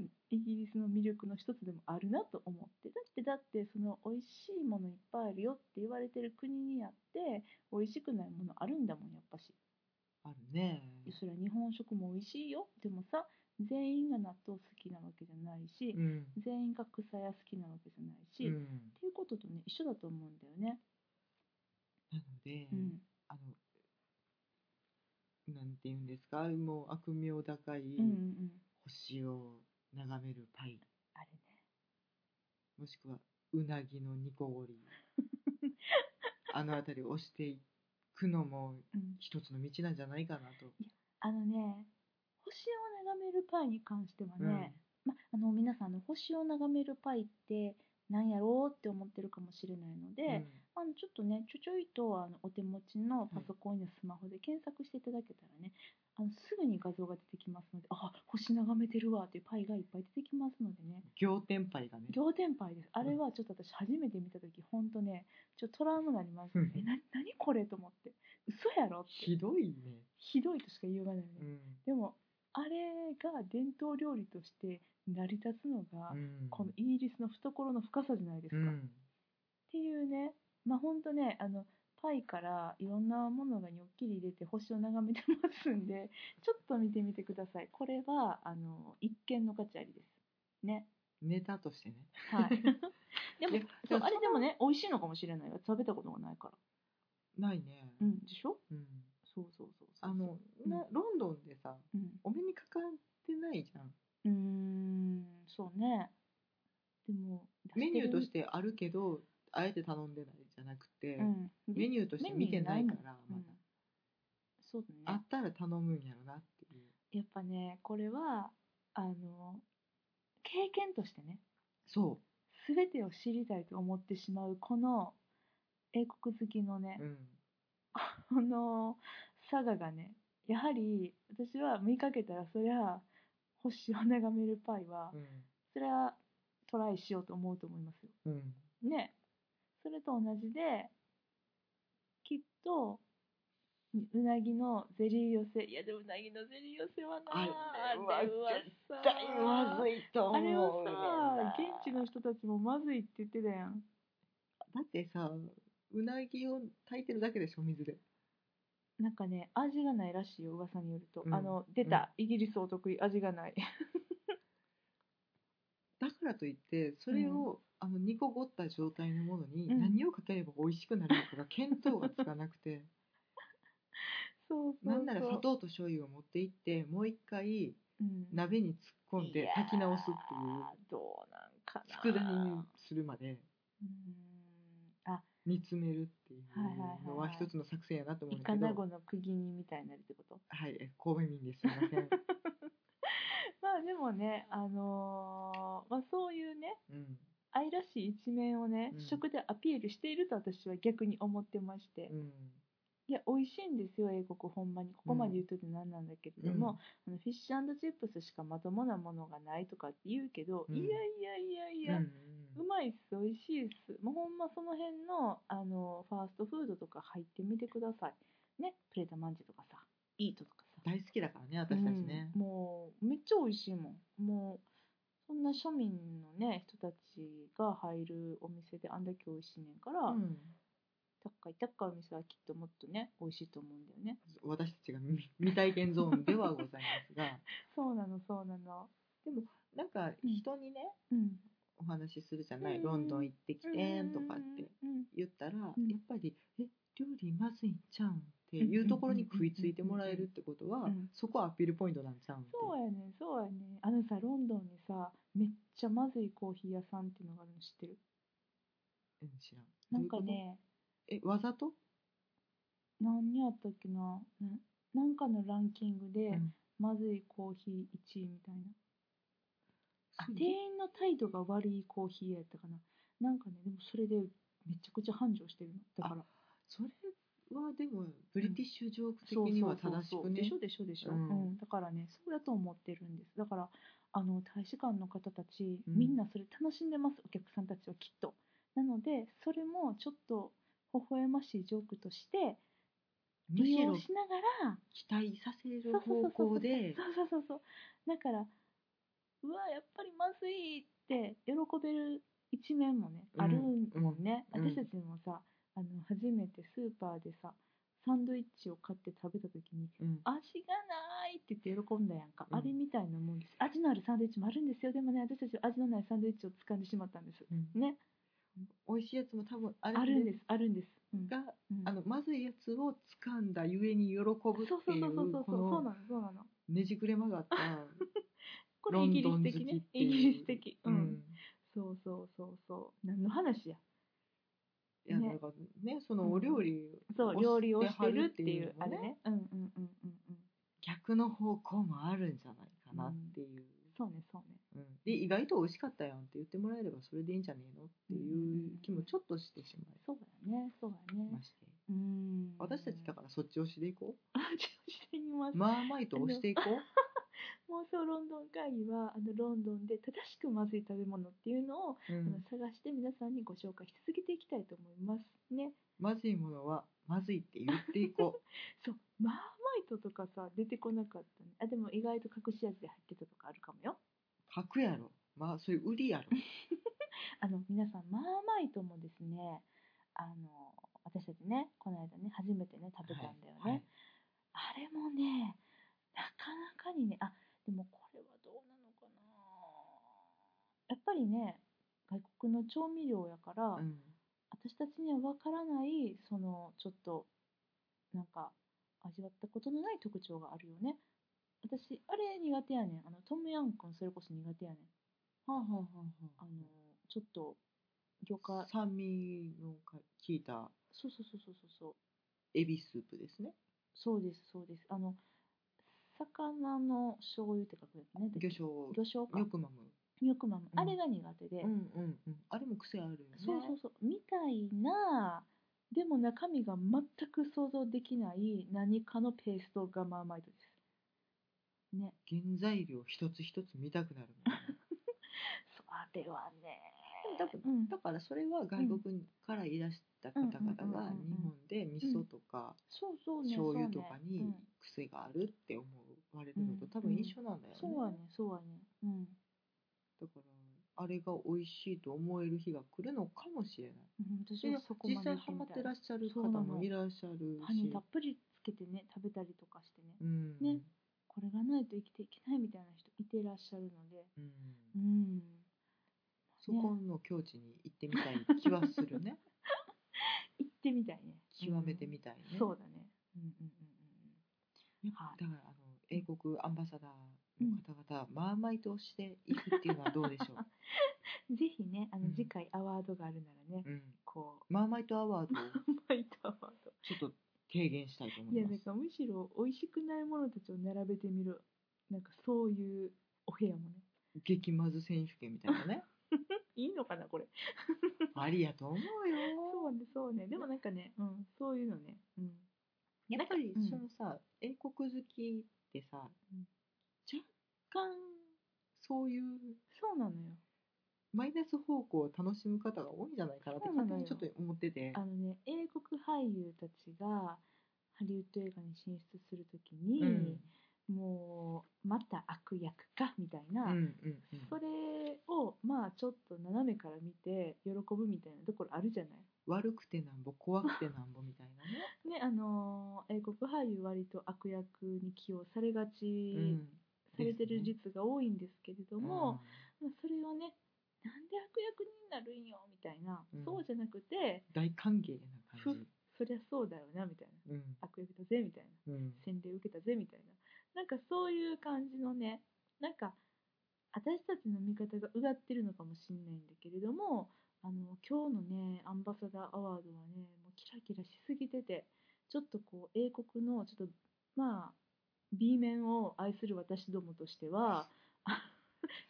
Speaker 1: がイギリスの魅力の一つでもあるなと思ってだってだってその美味しいものいっぱいあるよって言われてる国にあって美味しくないものあるんだもんやっぱし
Speaker 2: あるね。
Speaker 1: それは日本食も美味しいよでもさ全員が納豆好きなわけじゃないし、
Speaker 2: うん。
Speaker 1: 全員が草屋好きなわけじゃないし、
Speaker 2: う
Speaker 1: っ
Speaker 2: ん
Speaker 1: ていうこととね一緒だと思うんだよね。
Speaker 2: なので、
Speaker 1: うん
Speaker 2: あの、なんて言うんですか、もう悪名高い
Speaker 1: うんうんうん
Speaker 2: 星を眺めるパイ。
Speaker 1: あれね
Speaker 2: ももしくはうなぎの煮こ
Speaker 1: [LAUGHS]
Speaker 2: ごりあの辺りを押していくのも
Speaker 1: うん
Speaker 2: 一つの道なんじゃないかなと。
Speaker 1: あのね星を眺めるパイに関しては
Speaker 2: うん
Speaker 1: ね、ま、あの皆さんあの星を眺めるパイってなんやろうって思ってるかもしれないので、
Speaker 2: うん
Speaker 1: あのちょっとねちょちょいとあのお手持ちのパソコンやスマホで検索していただけたらね、あのすぐに画像が出てきますのであ星眺めてるわっていうパイがいっぱい出てきますのでね
Speaker 2: 仰天パイがね。
Speaker 1: 仰天パイですあれ
Speaker 2: うん
Speaker 1: はちょっと私初めて見た時ほんとねちょっとトラウマになりました、
Speaker 2: うん
Speaker 1: えな何これと思って嘘やろって
Speaker 2: ひどいね。
Speaker 1: ひどいとしか言いようがないよね、
Speaker 2: うん。
Speaker 1: でもあれが伝統料理として成り立つのが、
Speaker 2: うん
Speaker 1: このイギリスの懐の深さじゃないです
Speaker 2: う
Speaker 1: か、っ
Speaker 2: ん。
Speaker 1: ていうねまあほんとねあのパイからいろんなものがにょっきり出て星を眺めてますんでちょっと見てみてくださいこれはあの一見の価値ありですね
Speaker 2: ネタとしてね。
Speaker 1: はい。で
Speaker 2: いや
Speaker 1: も
Speaker 2: で
Speaker 1: そ
Speaker 2: も、
Speaker 1: う
Speaker 2: その
Speaker 1: あれでもね、美味しいのかもしれないよ。食べたことがないから。
Speaker 2: ないね。
Speaker 1: うん、でしょ
Speaker 2: うん。
Speaker 1: そうそうそうそう。
Speaker 2: あの、
Speaker 1: うん
Speaker 2: なロンドンでさ、
Speaker 1: うん。
Speaker 2: お目にかかってないじゃん。
Speaker 1: うーん、そうね。でも、
Speaker 2: メニューとしててあるけど、あえて頼んでないじゃなくて、
Speaker 1: る、うん、
Speaker 2: メニューとして見てないか
Speaker 1: メニ
Speaker 2: ら、
Speaker 1: ューないもん
Speaker 2: ま
Speaker 1: うんそうだ
Speaker 2: だ、あ
Speaker 1: ね
Speaker 2: っ。たら頼むんやろなっていう。
Speaker 1: やっぱね、これは、あの、経験としてね、
Speaker 2: そ
Speaker 1: すべてを知りたいと思ってしまう、この、英国好きのね、
Speaker 2: う。うん。
Speaker 1: この佐賀がねやはり私は見かけたらそりゃ星を眺めるパイは
Speaker 2: うん。
Speaker 1: そりゃトライしようと思うと思いますよ。
Speaker 2: うん。
Speaker 1: ねそれと同じできっとうなぎのゼリー寄せいやでもうなぎのゼリー寄せはな
Speaker 2: あれは
Speaker 1: さ
Speaker 2: だいぶまずいと
Speaker 1: あれは
Speaker 2: 思うねんな
Speaker 1: さ現地の人たちもまずいって言ってたやん
Speaker 2: だってさうなぎを炊いてるだけでしょ水で
Speaker 1: なんかね味がないらしいよ噂によると、
Speaker 2: うん
Speaker 1: あの出た、イギリスお得意味が
Speaker 2: [LAUGHS]
Speaker 1: ない
Speaker 2: だからといってそれを、あの煮こごった状態のものに
Speaker 1: うん
Speaker 2: 何をかければ美味しくなるのかが見当がつかなくて
Speaker 1: そうそうそう
Speaker 2: なんなら砂糖と醤油を持って行ってもう一回
Speaker 1: うん
Speaker 2: 鍋に突っ込ん
Speaker 1: い
Speaker 2: で
Speaker 1: やー
Speaker 2: 炊き直すっていう
Speaker 1: どうなんかな
Speaker 2: 佃煮にするまで
Speaker 1: うーんあ
Speaker 2: 煮詰めるってい
Speaker 1: はいはいはいう
Speaker 2: のは一つの作戦やなと思う
Speaker 1: イ
Speaker 2: んだ
Speaker 1: カ
Speaker 2: け
Speaker 1: ナ
Speaker 2: ど、はい
Speaker 1: ゴの釘にみたいになるってこと
Speaker 2: え神戸民ですすい
Speaker 1: [LAUGHS]
Speaker 2: ません、
Speaker 1: まあでもねあのーまあそういうね
Speaker 2: うん
Speaker 1: 愛らしい一面をね、
Speaker 2: うん
Speaker 1: 食でアピールしていると私は逆に思ってまして、
Speaker 2: うん
Speaker 1: いや美味しいんですよ英国ほんまにここまで言うとってなんなんだけれ
Speaker 2: う
Speaker 1: ど
Speaker 2: ん
Speaker 1: も、あのフィッシュチップスしかまともなものがないとかって言うけど、
Speaker 2: うん
Speaker 1: いやいやいやいや、
Speaker 2: うん
Speaker 1: うまいっす美味しいっすもうほんまその辺のあのファーストフードとか入ってみてくださいねプレタマンチとかさイートとかさ
Speaker 2: 大好きだからね私たちね、
Speaker 1: うんもうめっちゃ美味しいもんもうそんな庶民のね人たちが入るお店であんだけ美味しいねんから、
Speaker 2: うん
Speaker 1: 高い高いお店はきっともっとね美味しいと思うんだよね
Speaker 2: 私たちが未未体験ゾーンではございますが [LAUGHS]
Speaker 1: そうなのそうなの
Speaker 2: なんか
Speaker 1: うん
Speaker 2: 人にね
Speaker 1: うん
Speaker 2: お話しするじゃない、
Speaker 1: うん
Speaker 2: ロンドン行ってきてんとかって
Speaker 1: うん
Speaker 2: 言ったら、
Speaker 1: ん
Speaker 2: やっぱり「え料理まずいんちゃうん」っていうところに食いついてもらえるってことは、
Speaker 1: うん
Speaker 2: そこはアピールポイントなんちゃうんって
Speaker 1: そうやねんそうやねんあのさロンドンにさめっちゃまずいコーヒー屋さんっていうのがあるの知ってる
Speaker 2: うん知らん
Speaker 1: なんか
Speaker 2: どういうこ
Speaker 1: ね
Speaker 2: とえわざと、
Speaker 1: 何やったっけなななんかのランキングで、
Speaker 2: うん
Speaker 1: まずいコーヒー1位みたいなあ
Speaker 2: そう
Speaker 1: 店員の態度が悪いコーヒー屋やったかななんかねでもそれでめちゃくちゃ繁盛してるのだから
Speaker 2: それはでもブリティッシュジョーク的
Speaker 1: そう
Speaker 2: に
Speaker 1: そ
Speaker 2: は
Speaker 1: うそう
Speaker 2: 正し
Speaker 1: そ
Speaker 2: く
Speaker 1: う
Speaker 2: ね
Speaker 1: でしょでしょでしょ、う
Speaker 2: うんん
Speaker 1: だからねそうだと思ってるんですだからあの大使館の方たち、
Speaker 2: うん
Speaker 1: みんなそれ楽しんでますお客さんたちはきっとなのでそれもちょっと微笑ましいジョークとして
Speaker 2: む
Speaker 1: 利
Speaker 2: し
Speaker 1: 用
Speaker 2: ろ
Speaker 1: しながら
Speaker 2: 期待させ
Speaker 1: そう
Speaker 2: る
Speaker 1: そう
Speaker 2: 方向で
Speaker 1: そうそうそうそうそうそうだからうわやっぱりまずいって喜べる一面もね、
Speaker 2: うん
Speaker 1: あるもんね、
Speaker 2: うん
Speaker 1: 私たちもさあの初めてスーパーでさサンドイッチを買って食べた時に
Speaker 2: うん
Speaker 1: 味がないって言って喜んだやんか、
Speaker 2: うん
Speaker 1: あれみたいなもんです味のあるサンドイッチもあるんですよでもね私たちは味のないサンドイッチを掴んでしまったんです
Speaker 2: うん
Speaker 1: ね
Speaker 2: 美味しいやつも多分あ
Speaker 1: あ
Speaker 2: れ
Speaker 1: るんですあるんです、うん
Speaker 2: が
Speaker 1: うん
Speaker 2: あのまずいやつを掴んだゆえに喜ぶ
Speaker 1: そ
Speaker 2: っ
Speaker 1: うそう
Speaker 2: て
Speaker 1: そう
Speaker 2: い
Speaker 1: そううそうそう
Speaker 2: こ
Speaker 1: そうな
Speaker 2: の
Speaker 1: のそうなの
Speaker 2: ねじくれ曲がった
Speaker 1: これ
Speaker 2: ロ
Speaker 1: イギリ
Speaker 2: ンド
Speaker 1: ス
Speaker 2: ン好き
Speaker 1: 的
Speaker 2: ってい
Speaker 1: ね
Speaker 2: う
Speaker 1: [LAUGHS] イギリス的うん、そうそうそうそう何の話や
Speaker 2: いや
Speaker 1: ね
Speaker 2: だからねそのお料理
Speaker 1: そう料理をしてるっていう
Speaker 2: あ
Speaker 1: あ
Speaker 2: れ
Speaker 1: れ
Speaker 2: ね
Speaker 1: ねうんうんうんうんうん
Speaker 2: 逆の方向もあるんじゃないかなっていう、
Speaker 1: そうねそうね
Speaker 2: うんで意外と美味しかったよんって言ってもらえればそれでいいんじゃねえのっていう気もちょっとしてしま
Speaker 1: そうだねそうだ
Speaker 2: い
Speaker 1: ね
Speaker 2: まして
Speaker 1: うん
Speaker 2: 私たちだからそっち推しでいこ
Speaker 1: あちょっとしてみます
Speaker 2: うまあまいと推していこ
Speaker 1: [LAUGHS]
Speaker 2: う
Speaker 1: 妄想ロンドン会議はあのロンドンで正しくまずい食べ物っていうのを、
Speaker 2: う
Speaker 1: あの
Speaker 2: ん
Speaker 1: 探して皆さんにご紹介し続けていきたいと思いますね。
Speaker 2: まずいものはまずいって言っていこ
Speaker 1: そうマーマイトとかさ出てこなかったねあでも意外と隠し味で入ってたとかあるかもよ [LAUGHS]
Speaker 2: う書くやろまあそういう売りやろ
Speaker 1: あの皆さんマーマイトもですねあの私たちねこの間ね初めてね食べたんだよね、
Speaker 2: はい
Speaker 1: あれもねなかなかにねあでもこれはどうなのかなやっぱりね外国の調味料やから、
Speaker 2: はいうん
Speaker 1: 私たちにはわからないそのちょっとなんか味わったことのない特徴があるよね私あれ苦手やねんあのトムヤンくんそれこそ苦手やねん
Speaker 2: はあはあはあ
Speaker 1: あ
Speaker 2: は
Speaker 1: のちょっと魚
Speaker 2: あ
Speaker 1: 介
Speaker 2: 酸味の効いた
Speaker 1: そうそうそうそうそうそう
Speaker 2: エビスープですね
Speaker 1: そうですそうですあの魚の醤油って書くやつね
Speaker 2: 魚醤
Speaker 1: 魚醤か
Speaker 2: よく飲む
Speaker 1: よくまむ
Speaker 2: うん
Speaker 1: あれが苦手で、
Speaker 2: うんうんうんあれも癖あるよね
Speaker 1: そうそうそうみたいなでも中身が全く想像できない何かのペーストがマーマイトですね
Speaker 2: 原材料一つ一つ見たくなる
Speaker 1: [LAUGHS]
Speaker 2: もんね
Speaker 1: そうあれはね
Speaker 2: でも多
Speaker 1: うん
Speaker 2: だからそれは外国からいらした方々
Speaker 1: うんうんうんうん
Speaker 2: が
Speaker 1: うん
Speaker 2: 日本で味噌とか
Speaker 1: そうそうね
Speaker 2: 醤油とか
Speaker 1: そうね
Speaker 2: に癖があるって思われるのと多分一緒なんだよね
Speaker 1: うんそうはねそうはねうん
Speaker 2: だからあれが美味しいと思える日が来るのかもしれない
Speaker 1: うん私
Speaker 2: で
Speaker 1: はそこ
Speaker 2: 実
Speaker 1: まで
Speaker 2: 際
Speaker 1: 行
Speaker 2: ハ
Speaker 1: み
Speaker 2: マったて
Speaker 1: い
Speaker 2: らっしゃる
Speaker 1: そう
Speaker 2: 方
Speaker 1: なの
Speaker 2: もいらっしゃる
Speaker 1: パンに
Speaker 2: した
Speaker 1: っぷりつけてね食べたりとかしてね
Speaker 2: うん
Speaker 1: ねこれがないと生きていけないみたいな人いてらっしゃるので
Speaker 2: うん
Speaker 1: うん
Speaker 2: そこの境地に行ってみたい気はするね
Speaker 1: 行ってみたいね
Speaker 2: 極めてみたいね
Speaker 1: [LAUGHS] うんそうだねうんうんうんうん
Speaker 2: ね
Speaker 1: はい
Speaker 2: だからあの英国アンバサダーの方々、マーマイトをしていくっていうのはどうでしょ
Speaker 1: ぜひね、あ
Speaker 2: う
Speaker 1: の
Speaker 2: ん
Speaker 1: 次回アワードがあるならね、 [LAUGHS]
Speaker 2: う、うん、
Speaker 1: こ
Speaker 2: マーマイトアワ
Speaker 1: [LAUGHS]
Speaker 2: ードを
Speaker 1: う、マイトアワード。
Speaker 2: ちょっと提言したいと思
Speaker 1: い
Speaker 2: い
Speaker 1: や、
Speaker 2: ま
Speaker 1: なん
Speaker 2: す
Speaker 1: かむしろ美味しくないものたちを並べてみる、なんかそういうお部屋もね。
Speaker 2: 激まず選手権みたいなね
Speaker 1: いいのかな、これ。
Speaker 2: ありやと思うよ
Speaker 1: そうね、そうね。でもなんかね、うん、そういうのね。うん。
Speaker 2: やっぱり
Speaker 1: うん
Speaker 2: そのさ、英国好きってさ、
Speaker 1: うん
Speaker 2: 若干そういう
Speaker 1: そうなのよ。
Speaker 2: マイナス方向を楽しむ方が多いんじゃないかなって
Speaker 1: そうな
Speaker 2: 勝
Speaker 1: の
Speaker 2: 手
Speaker 1: よ
Speaker 2: にちょっと思ってて
Speaker 1: あのね、英国俳優たちが、ハリウッド映画に進出するときに、
Speaker 2: うん
Speaker 1: もう、また悪役か、みたい
Speaker 2: うん
Speaker 1: な、
Speaker 2: うんうん
Speaker 1: それをまあちょっと斜めから見て喜ぶみたいなところあるじゃない
Speaker 2: 悪くてなんぼ怖くてなんぼみたいなね、
Speaker 1: ねあのー英国俳優割と悪役に起用されがち、
Speaker 2: うん
Speaker 1: されてる
Speaker 2: ですね
Speaker 1: 率が多いんですけれども、
Speaker 2: う
Speaker 1: ま
Speaker 2: ん
Speaker 1: あそれをねなんで悪役になるんよみたいな、
Speaker 2: うん
Speaker 1: そうじゃなくて
Speaker 2: 大歓迎な
Speaker 1: ふ
Speaker 2: 感じ。
Speaker 1: そりゃそうだよなみたいな
Speaker 2: うん
Speaker 1: 悪役だぜみたいな
Speaker 2: うん
Speaker 1: 洗礼受けたぜみたいななんかそういう感じのねなんか私たちの見方がうがってるのかもしれないんだけれどもあの今日のねアンバサダーアワードはねもうキラキラしすぎててちょっとこう英国のちょっとまあ B 面を愛する私どもとしては [LAUGHS]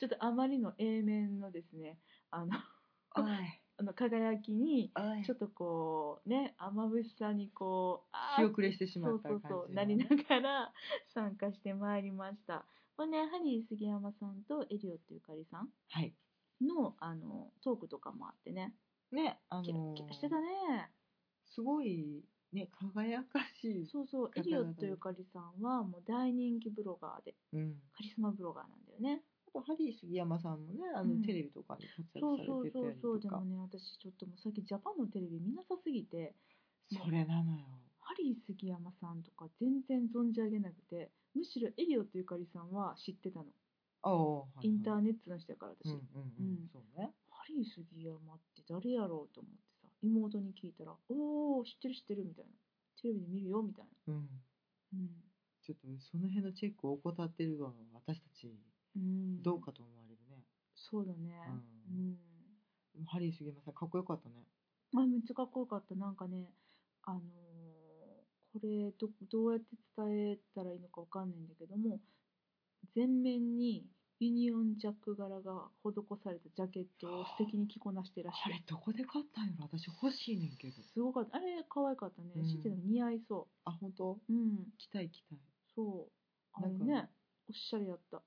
Speaker 1: ちょっとあまりの A 面のですねあの
Speaker 2: おい
Speaker 1: あの輝きに
Speaker 2: おい
Speaker 1: ちょっとこうねまぶしさにこうあー
Speaker 2: 気遅れしてしまった
Speaker 1: そ
Speaker 2: 感
Speaker 1: うそ
Speaker 2: じ
Speaker 1: うそう
Speaker 2: の
Speaker 1: なりながら [LAUGHS] 参加してまいりましたこれねやはり杉山さんとエリオットゆかりさん
Speaker 2: はい
Speaker 1: のあのトークとかもあってね
Speaker 2: ねあのー
Speaker 1: キラッキラしてたね
Speaker 2: すごいね輝かしい、
Speaker 1: そうそうエ
Speaker 2: 方々
Speaker 1: リオットゆかりさんはもう大人気ブロガーで
Speaker 2: うん、
Speaker 1: カリスマブロガーなんだよね
Speaker 2: あとハリー杉山さんもねあの、
Speaker 1: うん
Speaker 2: テレビとかに活
Speaker 1: そ
Speaker 2: 躍
Speaker 1: う
Speaker 2: され
Speaker 1: そう
Speaker 2: て
Speaker 1: そうそうで
Speaker 2: たりとか
Speaker 1: もね私ちょっともう最近ジャパンのテレビ見なさすぎて
Speaker 2: それなのよ
Speaker 1: ハリー杉山さんとか全然存じ上げなくてむしろエリオットゆかりさんは知ってたの
Speaker 2: ああ、はいはい
Speaker 1: インターネットの人やから私、
Speaker 2: うんうんうん
Speaker 1: うん
Speaker 2: そうね
Speaker 1: ハリー杉山って誰やろうと思ってさ妹に聞いたら「おお知ってる知ってる」みたいな「テレビで見るよ」みたいな、
Speaker 2: うん
Speaker 1: うん
Speaker 2: ちょっとその辺のチェックを怠ってるのは私たち
Speaker 1: うん
Speaker 2: どうかと思われるね、
Speaker 1: そうだね
Speaker 2: う
Speaker 1: うんん、
Speaker 2: でもハリー杉山さんかっこよかったね
Speaker 1: まあ、めっちゃかっこよかった。なんかね、あのーこれど、どうやって伝えたらいいのかわかんないんだけども、全面にユニオンジャック柄が施されたジャケットを素敵に着こなしてらっしゃ
Speaker 2: あ
Speaker 1: る
Speaker 2: れ。どこで買ったんやろ私欲しいねんけど
Speaker 1: すごかった。あれ、可愛かったね
Speaker 2: う。ん
Speaker 1: シティの似合いそ
Speaker 2: あ本当
Speaker 1: う。うん、
Speaker 2: 着たい着たい
Speaker 1: そう。あれ
Speaker 2: なん
Speaker 1: ね
Speaker 2: か、
Speaker 1: おっしゃれやった。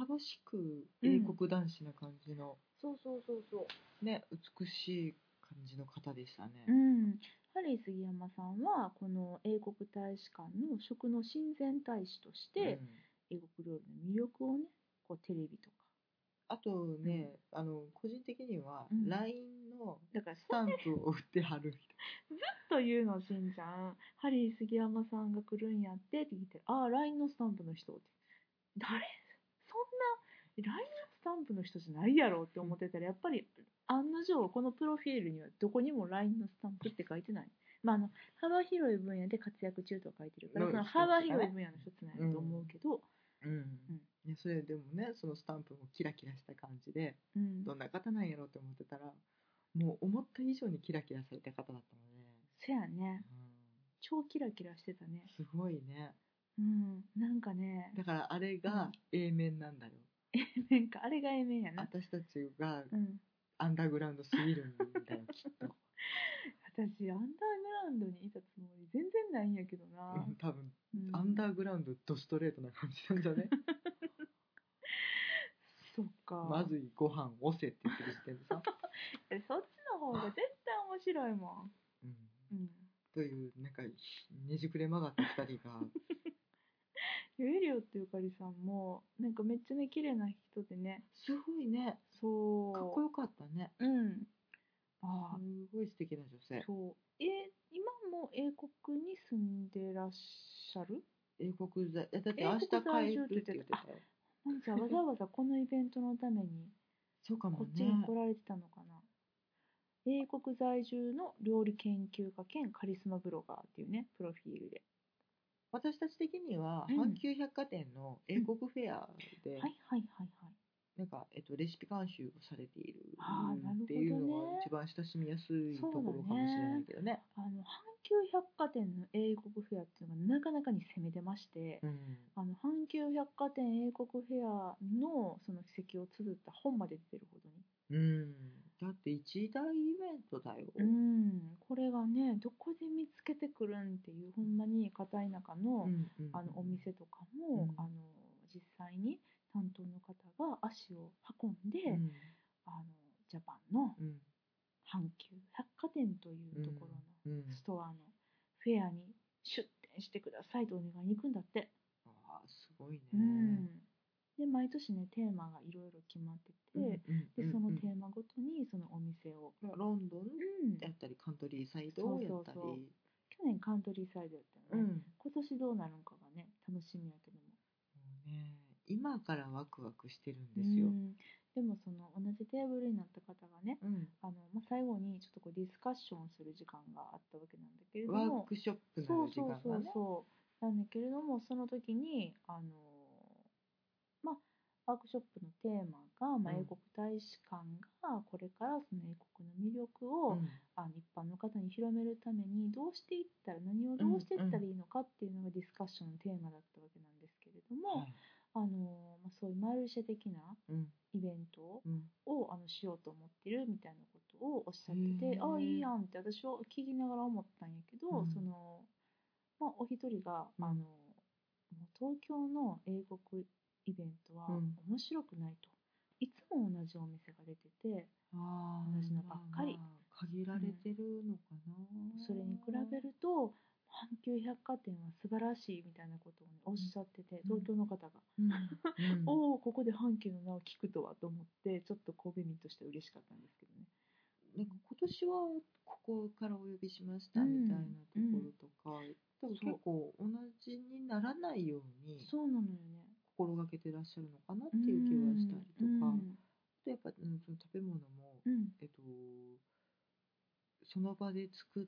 Speaker 2: 楽しく英国男子な感じの、
Speaker 1: そうそうそうそう。
Speaker 2: ね美しい感じの方でしたね、
Speaker 1: うん、ハリー杉山さんはこの英国大使館の食の親善大使として、
Speaker 2: うん
Speaker 1: 英国料理の魅力をねこうテレビとか
Speaker 2: あとね、あの個人的には
Speaker 1: うん
Speaker 2: LINE の
Speaker 1: だから
Speaker 2: スタンプを売ってはる人
Speaker 1: というのをしんちゃんハリー杉山さんが来るんやってって聞いてああ LINE のスタンプの人って誰そんな LINE のスタンプの人じゃないやろって思ってたらやっぱり案の定このプロフィールにはどこにも LINE のスタンプって書いてない、まあ、あの幅広い分野で活躍中とは書いてるから
Speaker 2: の
Speaker 1: その
Speaker 2: 一つだね
Speaker 1: 幅広い分野の一つなんやと思うけど、
Speaker 2: うん、ね、それでもねそのスタンプもキラキラした感じで
Speaker 1: うん
Speaker 2: どんな方なんやろうって思ってたらもう思った以上にキラキラされた方だったので、
Speaker 1: そやね
Speaker 2: う
Speaker 1: 超キラキラしてたね
Speaker 2: ん、すごいね
Speaker 1: うんなんかね
Speaker 2: だからあれが A 面なんだよ
Speaker 1: なんかあれがえ面やな
Speaker 2: 私たちが
Speaker 1: うん
Speaker 2: アンダーグラウンドすぎるんだよきっ
Speaker 1: 私ア
Speaker 2: と、
Speaker 1: ンダーグラウンドにいたつもり全然ないんやけどな
Speaker 2: う、ん、多分
Speaker 1: うん
Speaker 2: アンダーグラウンドドストレートな感じなんじゃね
Speaker 1: そっか
Speaker 2: まずいご飯押せって言ってる時点で
Speaker 1: [LAUGHS]
Speaker 2: さ、
Speaker 1: えそっちの方が絶対面白いも
Speaker 2: うん、
Speaker 1: ん、うん、
Speaker 2: というなんかねじくれ曲がった2人が
Speaker 1: ゆえりょうってゆかりさんもなんかめっちゃね綺麗な人でね
Speaker 2: すごいね
Speaker 1: そう
Speaker 2: かっこよかったね
Speaker 1: うんああ、
Speaker 2: すごい素敵な女性
Speaker 1: そうえ今も英国に住んでらっしゃる
Speaker 2: 英国在えだって
Speaker 1: 英
Speaker 2: 明
Speaker 1: 国
Speaker 2: 日
Speaker 1: 在
Speaker 2: 帰
Speaker 1: 住
Speaker 2: る
Speaker 1: っ
Speaker 2: ってて
Speaker 1: 言
Speaker 2: 言
Speaker 1: っ
Speaker 2: ってて
Speaker 1: た
Speaker 2: た
Speaker 1: よ
Speaker 2: よ
Speaker 1: なんじゃわざわざこのイベントのために
Speaker 2: そうか
Speaker 1: こ
Speaker 2: も
Speaker 1: っち
Speaker 2: ね
Speaker 1: に来られてたのかな、英国在住の料理研究家兼カリスマブロガーっていうねプロフィールで
Speaker 2: 私たち的には
Speaker 1: うん
Speaker 2: 阪急百貨店の英国フェア
Speaker 1: は
Speaker 2: で、
Speaker 1: いはいはいはい
Speaker 2: なんか、えっと、レシピ監修をされている
Speaker 1: あーなるほどね
Speaker 2: っていうのが一番親しみやすいところかもしれないけどね。
Speaker 1: あの阪急百貨店の英国フェアっていうのがなかなかに攻めてまして、
Speaker 2: うん
Speaker 1: あの阪急百貨店英国フェアのその軌跡を綴った本まで出てるほどに
Speaker 2: うん、だって一大イベントだよ。
Speaker 1: うんこれがねどこで見つけてくるんっていうほんまに片田舎の、
Speaker 2: うんうん
Speaker 1: あのお店とかも、
Speaker 2: うん
Speaker 1: あの実際に担当の方が足を運んで、
Speaker 2: うん
Speaker 1: あのジャパンの
Speaker 2: うん
Speaker 1: 阪急百貨店というところ
Speaker 2: うん
Speaker 1: のストアのフェアに出店してくださいとお願いに行くんだって、
Speaker 2: あーすごいね。
Speaker 1: うん、で毎年ねテーマがいろいろ決まって
Speaker 2: うんうん
Speaker 1: て、
Speaker 2: うん
Speaker 1: でその
Speaker 2: うん
Speaker 1: テーマごとにそのお店を、
Speaker 2: ロンドン
Speaker 1: うん
Speaker 2: や
Speaker 1: 去
Speaker 2: ったりカントリーサイドやったり
Speaker 1: そうそう年カントリーサイドやった
Speaker 2: う
Speaker 1: のね、
Speaker 2: ん
Speaker 1: 今年どうなるんかがね楽しみやけども
Speaker 2: もうね今からワクワクしてるんですよ。
Speaker 1: うんでもその同じテーブルになった方がね
Speaker 2: うん
Speaker 1: あの、まあ、最後にちょっとこうディスカッションする時間があったわけなんだけれど
Speaker 2: ワー
Speaker 1: も
Speaker 2: クショップ
Speaker 1: そ
Speaker 2: の
Speaker 1: う
Speaker 2: 時
Speaker 1: そう
Speaker 2: 間
Speaker 1: そ
Speaker 2: が
Speaker 1: う
Speaker 2: ね。
Speaker 1: そうなんだけれどもその時にあのまあワークショップのテーマが、まあ、
Speaker 2: うん
Speaker 1: 英国大使館がこれからその英国の魅力を、
Speaker 2: うん
Speaker 1: あの一般の方に広めるためにどうしていったら何をどうしていったらいいのかっていうのがディスカッションのテーマだったわけなんですけれども、
Speaker 2: はい
Speaker 1: あのまあ、そういうマルシェ的な
Speaker 2: うん
Speaker 1: イベントを
Speaker 2: うん
Speaker 1: をあのしようと思ってるみたいなことをおっしゃって
Speaker 2: へ
Speaker 1: て
Speaker 2: ー
Speaker 1: ああいいやんって私は聞きながら思ったんやけど、
Speaker 2: うん
Speaker 1: そのまあお一人が、
Speaker 2: うん
Speaker 1: あのもう東京の英国イベントは
Speaker 2: うん
Speaker 1: 面白くないと、いつも同じお店が出てて
Speaker 2: あ
Speaker 1: 同じのばっかり
Speaker 2: まあまあ限られてるのかな、
Speaker 1: それに比べると阪急百貨店は素晴らしいみたいなことをね、おっしゃってて
Speaker 2: うん
Speaker 1: 東京の方が、
Speaker 2: うん、うん
Speaker 1: [LAUGHS] おおここで阪急の名を聞くとはと思ってちょっと神戸民としては嬉しかったんですけどね。
Speaker 2: なんか今年はここからお呼びしましたみたいなところとか、多分結構同じにならないように
Speaker 1: そうなのよね
Speaker 2: 心がけてらっしゃるのかなっていう気はしたりとか、
Speaker 1: う
Speaker 2: あ
Speaker 1: ん
Speaker 2: とやっぱ、うん、その食べ物も、
Speaker 1: うん
Speaker 2: えっと、その場で作っ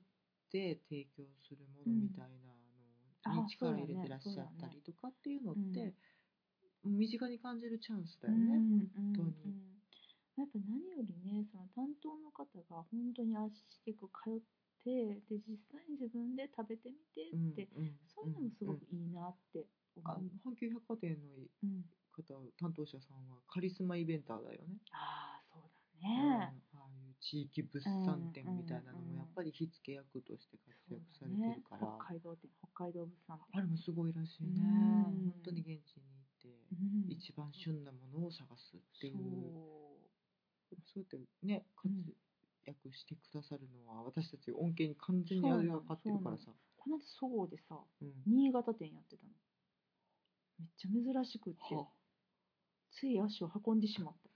Speaker 2: て提供するものみたいな
Speaker 1: うん
Speaker 2: の
Speaker 1: あ
Speaker 2: に
Speaker 1: そう
Speaker 2: 力
Speaker 1: だね
Speaker 2: 入れてらっしゃったりとかっていうのっ
Speaker 1: そうだね
Speaker 2: て身近に感じるチャンスだよ
Speaker 1: うんう
Speaker 2: ね。
Speaker 1: ん
Speaker 2: 当に
Speaker 1: うんやっぱ何よりねその担当の方が本当に足しげく通ってで実際に自分で食べてみて
Speaker 2: うん
Speaker 1: って、
Speaker 2: うん
Speaker 1: そういうのもすごくいいなって思
Speaker 2: あ
Speaker 1: う、
Speaker 2: 阪急百貨店の
Speaker 1: うん、
Speaker 2: 方担当者さんはカリスマイベンターだよね、
Speaker 1: ああそうだ
Speaker 2: うん
Speaker 1: ね、
Speaker 2: ああいう地域物産展みたいなの
Speaker 1: うんうんう
Speaker 2: も
Speaker 1: ん
Speaker 2: やっぱり火付け役として活
Speaker 1: そう
Speaker 2: 躍さ
Speaker 1: だ
Speaker 2: れて
Speaker 1: ね
Speaker 2: るから、
Speaker 1: 北海道店北海道物産
Speaker 2: あ
Speaker 1: 展
Speaker 2: れもすごいらしいね、
Speaker 1: うん
Speaker 2: 本当に現地に行って、
Speaker 1: うん
Speaker 2: 一番旬なものを探すっていう
Speaker 1: そう
Speaker 2: そうやってね活
Speaker 1: うん
Speaker 2: 躍してくださるのは私たち恩恵に完全にあれがかってるからさ、
Speaker 1: この間そうでさ
Speaker 2: うん
Speaker 1: 新潟店やってたのめっちゃ珍しくって
Speaker 2: はあ
Speaker 1: つい足を運んでしまった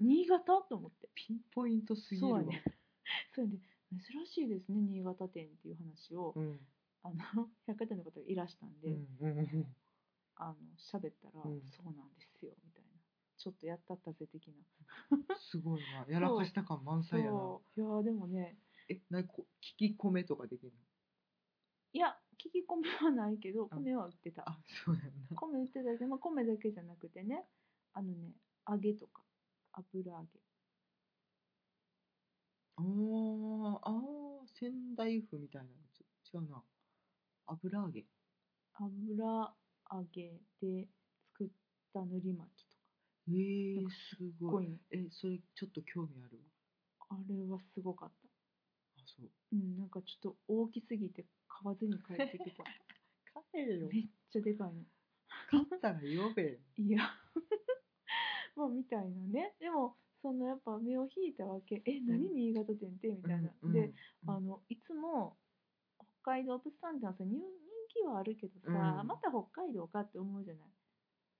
Speaker 1: 新潟と思って
Speaker 2: ピンポイントすぎる
Speaker 1: そう
Speaker 2: わ
Speaker 1: やね [LAUGHS] それで珍しいですね新潟店っていう話を、
Speaker 2: うん
Speaker 1: あの百貨店の方がいらしたんで、
Speaker 2: うんうんうん
Speaker 1: あの喋ったら、
Speaker 2: うん
Speaker 1: そうなんですよみたいなちょっとやったったぜ的な
Speaker 2: すごいなやらかした感満載やな
Speaker 1: そういやーでもね
Speaker 2: えなにこ聞き込めとかできるの
Speaker 1: いや聞き込みはないけど
Speaker 2: あ
Speaker 1: 米は売って [LAUGHS] た
Speaker 2: あそうやんな [LAUGHS]
Speaker 1: 米売ってたけど、まあ、米だけじゃなくてねあのね揚げとか油揚げ
Speaker 2: おーあー仙台風みたいなやつ違うな油揚げ
Speaker 1: 油揚げで作った塗り巻きとか
Speaker 2: えー
Speaker 1: なん、か
Speaker 2: す
Speaker 1: すっ
Speaker 2: ご
Speaker 1: ご
Speaker 2: い
Speaker 1: いね
Speaker 2: えそれちょっと興味あるわ
Speaker 1: あれはすごかった
Speaker 2: あそう
Speaker 1: うんなんかちょっと大きすぎて買わずに帰って
Speaker 2: [LAUGHS]
Speaker 1: きた
Speaker 2: 帰れよ
Speaker 1: めっちゃでかいの
Speaker 2: 買ったら呼べよ
Speaker 1: いやまあみたいなねでもそのやっぱ目を引いたわけえ何
Speaker 2: うん
Speaker 1: 新潟店って [LAUGHS] みたいな、
Speaker 2: うんうん
Speaker 1: で、
Speaker 2: うん
Speaker 1: あのいつも北海道物産展はさ入人気はあるけどさ、
Speaker 2: うん
Speaker 1: また北海道かって思うじゃない、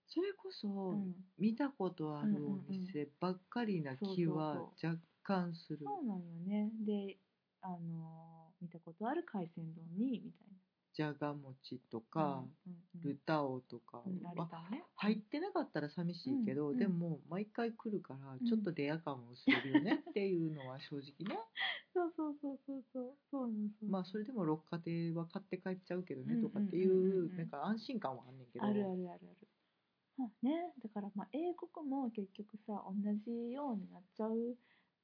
Speaker 2: それこそ、
Speaker 1: うん
Speaker 2: 見たことあるお
Speaker 1: うんうん
Speaker 2: 店ばっかりな気は
Speaker 1: そう
Speaker 2: 若干する
Speaker 1: そうなんよねであのー見たことある海鮮丼にみたい
Speaker 2: じゃが餅と
Speaker 1: な
Speaker 2: か、
Speaker 1: うんうんうん
Speaker 2: ルタオとか、
Speaker 1: うんあれ
Speaker 2: ま
Speaker 1: だね
Speaker 2: 入ってなかったら寂しいけど、
Speaker 1: うん
Speaker 2: でも毎回来るからちょっとレア感を薄れるよねっていうのは正直ね、
Speaker 1: そうそうそうそうそうそうなんです
Speaker 2: まあそれでも六花亭は買って帰っちゃうけど
Speaker 1: う
Speaker 2: ね
Speaker 1: ん
Speaker 2: とかってい
Speaker 1: うんうんうん
Speaker 2: う
Speaker 1: うん
Speaker 2: なんか安心感はあんねんけど
Speaker 1: あるあるあるある。まあね、だからまあ英国も結局さ同じようになっちゃう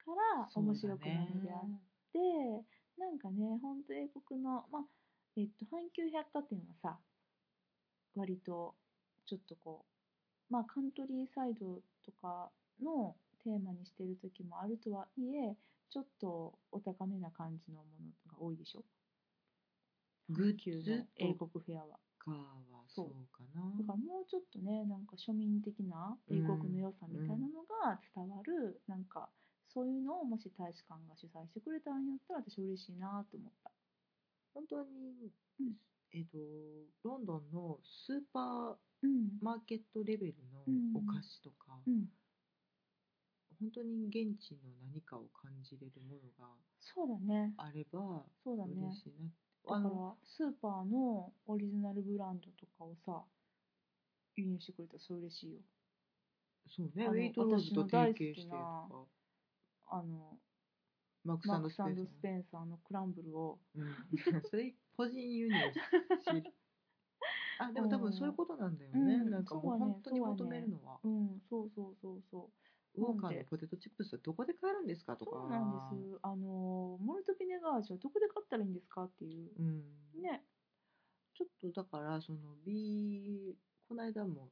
Speaker 1: から
Speaker 2: そうだね
Speaker 1: 面白くないのであって、なんかね本当英国のまあえっと阪急百貨店はさ割とちょっとこうまあカントリーサイドとかのテーマにしてる時もあるとはいえちょっとお高めな感じのものが多いでしょ
Speaker 2: グッ
Speaker 1: 阪急
Speaker 2: ズ
Speaker 1: の英
Speaker 2: と
Speaker 1: 国フェアは。
Speaker 2: かはそうかな
Speaker 1: だからもうちょっとねなんか庶民的な英国の良さみたいなのが伝わる、なんかそういうのをもし大使館が主催してくれたんやったら私嬉しいなと思った。
Speaker 2: 本当に、
Speaker 1: うん
Speaker 2: えっ、とロンドンのスーパー
Speaker 1: うん
Speaker 2: マーケットレベルの
Speaker 1: うん
Speaker 2: お菓子とか、
Speaker 1: うん、
Speaker 2: 本当に現地の何かを感じれるものが
Speaker 1: そうだね
Speaker 2: あれば
Speaker 1: そうだ
Speaker 2: 嬉
Speaker 1: ね
Speaker 2: しいな、
Speaker 1: だか
Speaker 2: あ
Speaker 1: ら
Speaker 2: の
Speaker 1: スーパーのオリジナルブランドとかをさ輸入してくれたらそれ嬉しいよ
Speaker 2: そうね
Speaker 1: あ
Speaker 2: ウ
Speaker 1: の
Speaker 2: ェイトローズと
Speaker 1: 私の大
Speaker 2: 提
Speaker 1: 好きな
Speaker 2: 携してとか
Speaker 1: あの
Speaker 2: マックス
Speaker 1: マ
Speaker 2: ア
Speaker 1: ッ
Speaker 2: ンド
Speaker 1: ク
Speaker 2: ス
Speaker 1: ス
Speaker 2: ペース
Speaker 1: スペンサーのクランブルを
Speaker 2: うん、それ個人輸入しあでも多分そういうことなんだよね、
Speaker 1: うん
Speaker 2: なんかもう本当に
Speaker 1: そうはね
Speaker 2: 求めるのは、
Speaker 1: うんそうそうそうそう
Speaker 2: ウォーカーのポテトチップスはどこで買えるんですかとか
Speaker 1: そうなんですあのモルトビネガー味はどこで買ったらいいんですかっていう
Speaker 2: うん
Speaker 1: ね
Speaker 2: ちょっとだからその B この間も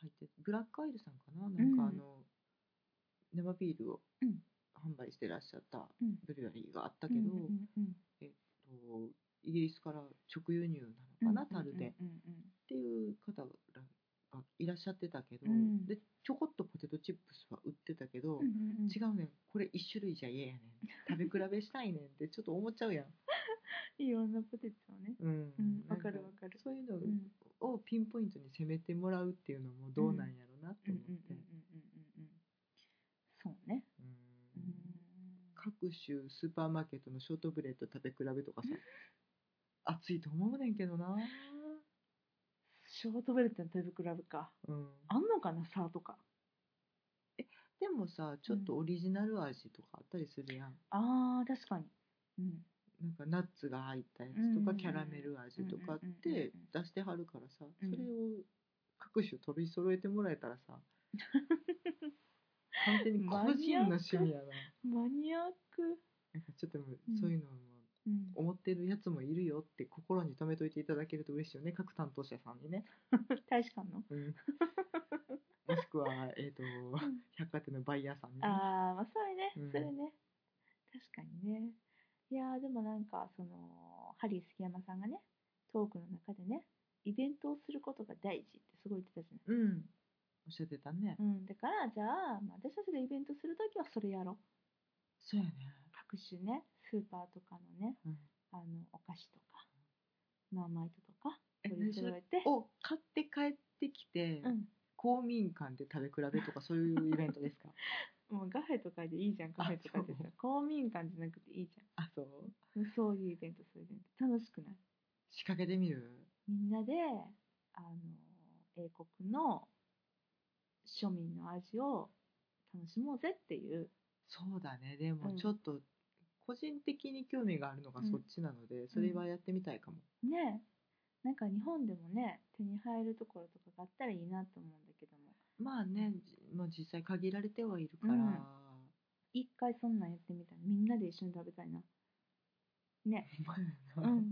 Speaker 2: 入ってブラックアイルさんかななんか
Speaker 1: うん
Speaker 2: あの、生ビールを
Speaker 1: うん
Speaker 2: 販売してらっしゃった
Speaker 1: うん
Speaker 2: ブリュワリーがあったけど、
Speaker 1: うんうんうん
Speaker 2: とイギリスから直輸入
Speaker 1: う
Speaker 2: なんのかな、樽でっ
Speaker 1: うんうんうん
Speaker 2: ていう方がいらっしゃってたけど、
Speaker 1: うん
Speaker 2: でちょこっとポテトチップスは売ってたけど、
Speaker 1: うんうんうん
Speaker 2: 違うねんこれ一種類じゃ嫌やねん食べ比べしたいねんって [LAUGHS] ちょっと思っちゃうやん。
Speaker 1: いろんなポテトをね
Speaker 2: うん
Speaker 1: うん
Speaker 2: な
Speaker 1: わ
Speaker 2: ん
Speaker 1: かるわかる
Speaker 2: そういうの、
Speaker 1: うん
Speaker 2: をピンポイントに攻めてもらうっていうのもどうなんやろうなと
Speaker 1: うんう
Speaker 2: 思
Speaker 1: ん
Speaker 2: っ
Speaker 1: う
Speaker 2: て、
Speaker 1: んうんうんうんそうね
Speaker 2: うん
Speaker 1: うん
Speaker 2: 各種スーパーマーケットのショートブレッド食べ比べとかさ熱いと思うねんけどな、
Speaker 1: ショートベルトの食べ比べか
Speaker 2: うん、
Speaker 1: あんのかなさとか
Speaker 2: でもさちょっとオリジナル味とかあったりするやん、
Speaker 1: あー確かにうん
Speaker 2: なんかナッツが入ったやつとか、
Speaker 1: うん
Speaker 2: キャラメル味とかっ
Speaker 1: うんうんうん
Speaker 2: て
Speaker 1: うん
Speaker 2: 出してはるからさ、
Speaker 1: うん [LAUGHS]
Speaker 2: それを各種取り揃えてもらえたらさ完全に個人の趣味やな
Speaker 1: マニアック、
Speaker 2: なんかちょっとそういうのも
Speaker 1: うん、
Speaker 2: 思ってるやつもいるよって心に留めといていただけると嬉しいよね各担当者さんにね、
Speaker 1: 大使館の [LAUGHS]
Speaker 2: うん、もしくは、えー、と
Speaker 1: ん
Speaker 2: 百貨店のバイヤーさんにね
Speaker 1: ああまあそれね、
Speaker 2: うん
Speaker 1: それね確かにねいやーでもなんかそのハリー杉山さんがねトークの中でねイベントをすることが大事ってすごい言ってたじゃない
Speaker 2: うんおっしゃってたね、
Speaker 1: うん、だからじゃあ、まあ、私たちがイベントするときはそれやろう
Speaker 2: そうやね、
Speaker 1: 各種ねスーパーとかのね
Speaker 2: うん
Speaker 1: あのお菓子とかマーマイトとか
Speaker 2: え
Speaker 1: 取り揃えて
Speaker 2: を買って帰ってきて、
Speaker 1: うん
Speaker 2: 公民館で食べ比べ
Speaker 1: [LAUGHS]
Speaker 2: とかそういうイベントですか
Speaker 1: もうガフェとかでいいじゃんカフェとかで
Speaker 2: あそ
Speaker 1: さ公民館じゃなくていいじ
Speaker 2: あそう
Speaker 1: ゃんそういうイベントそういうイベント楽しくない
Speaker 2: 仕掛けてみる
Speaker 1: みんなであの英国の庶民の味を楽しもうぜっていう
Speaker 2: そうだねで
Speaker 1: う
Speaker 2: も
Speaker 1: ん
Speaker 2: ちょっと個人的に興味があるのがそっちなので、それはやってみたいかも、
Speaker 1: ねなんか日本でもね手に入るところとかがあったらいいなと思うんだけども
Speaker 2: まあね、じまあ、実際限られてはいる [LAUGHS] から、
Speaker 1: うん一回そんなんやってみたいみんなで一緒に食べたいなね
Speaker 2: まあ
Speaker 1: う
Speaker 2: な
Speaker 1: ん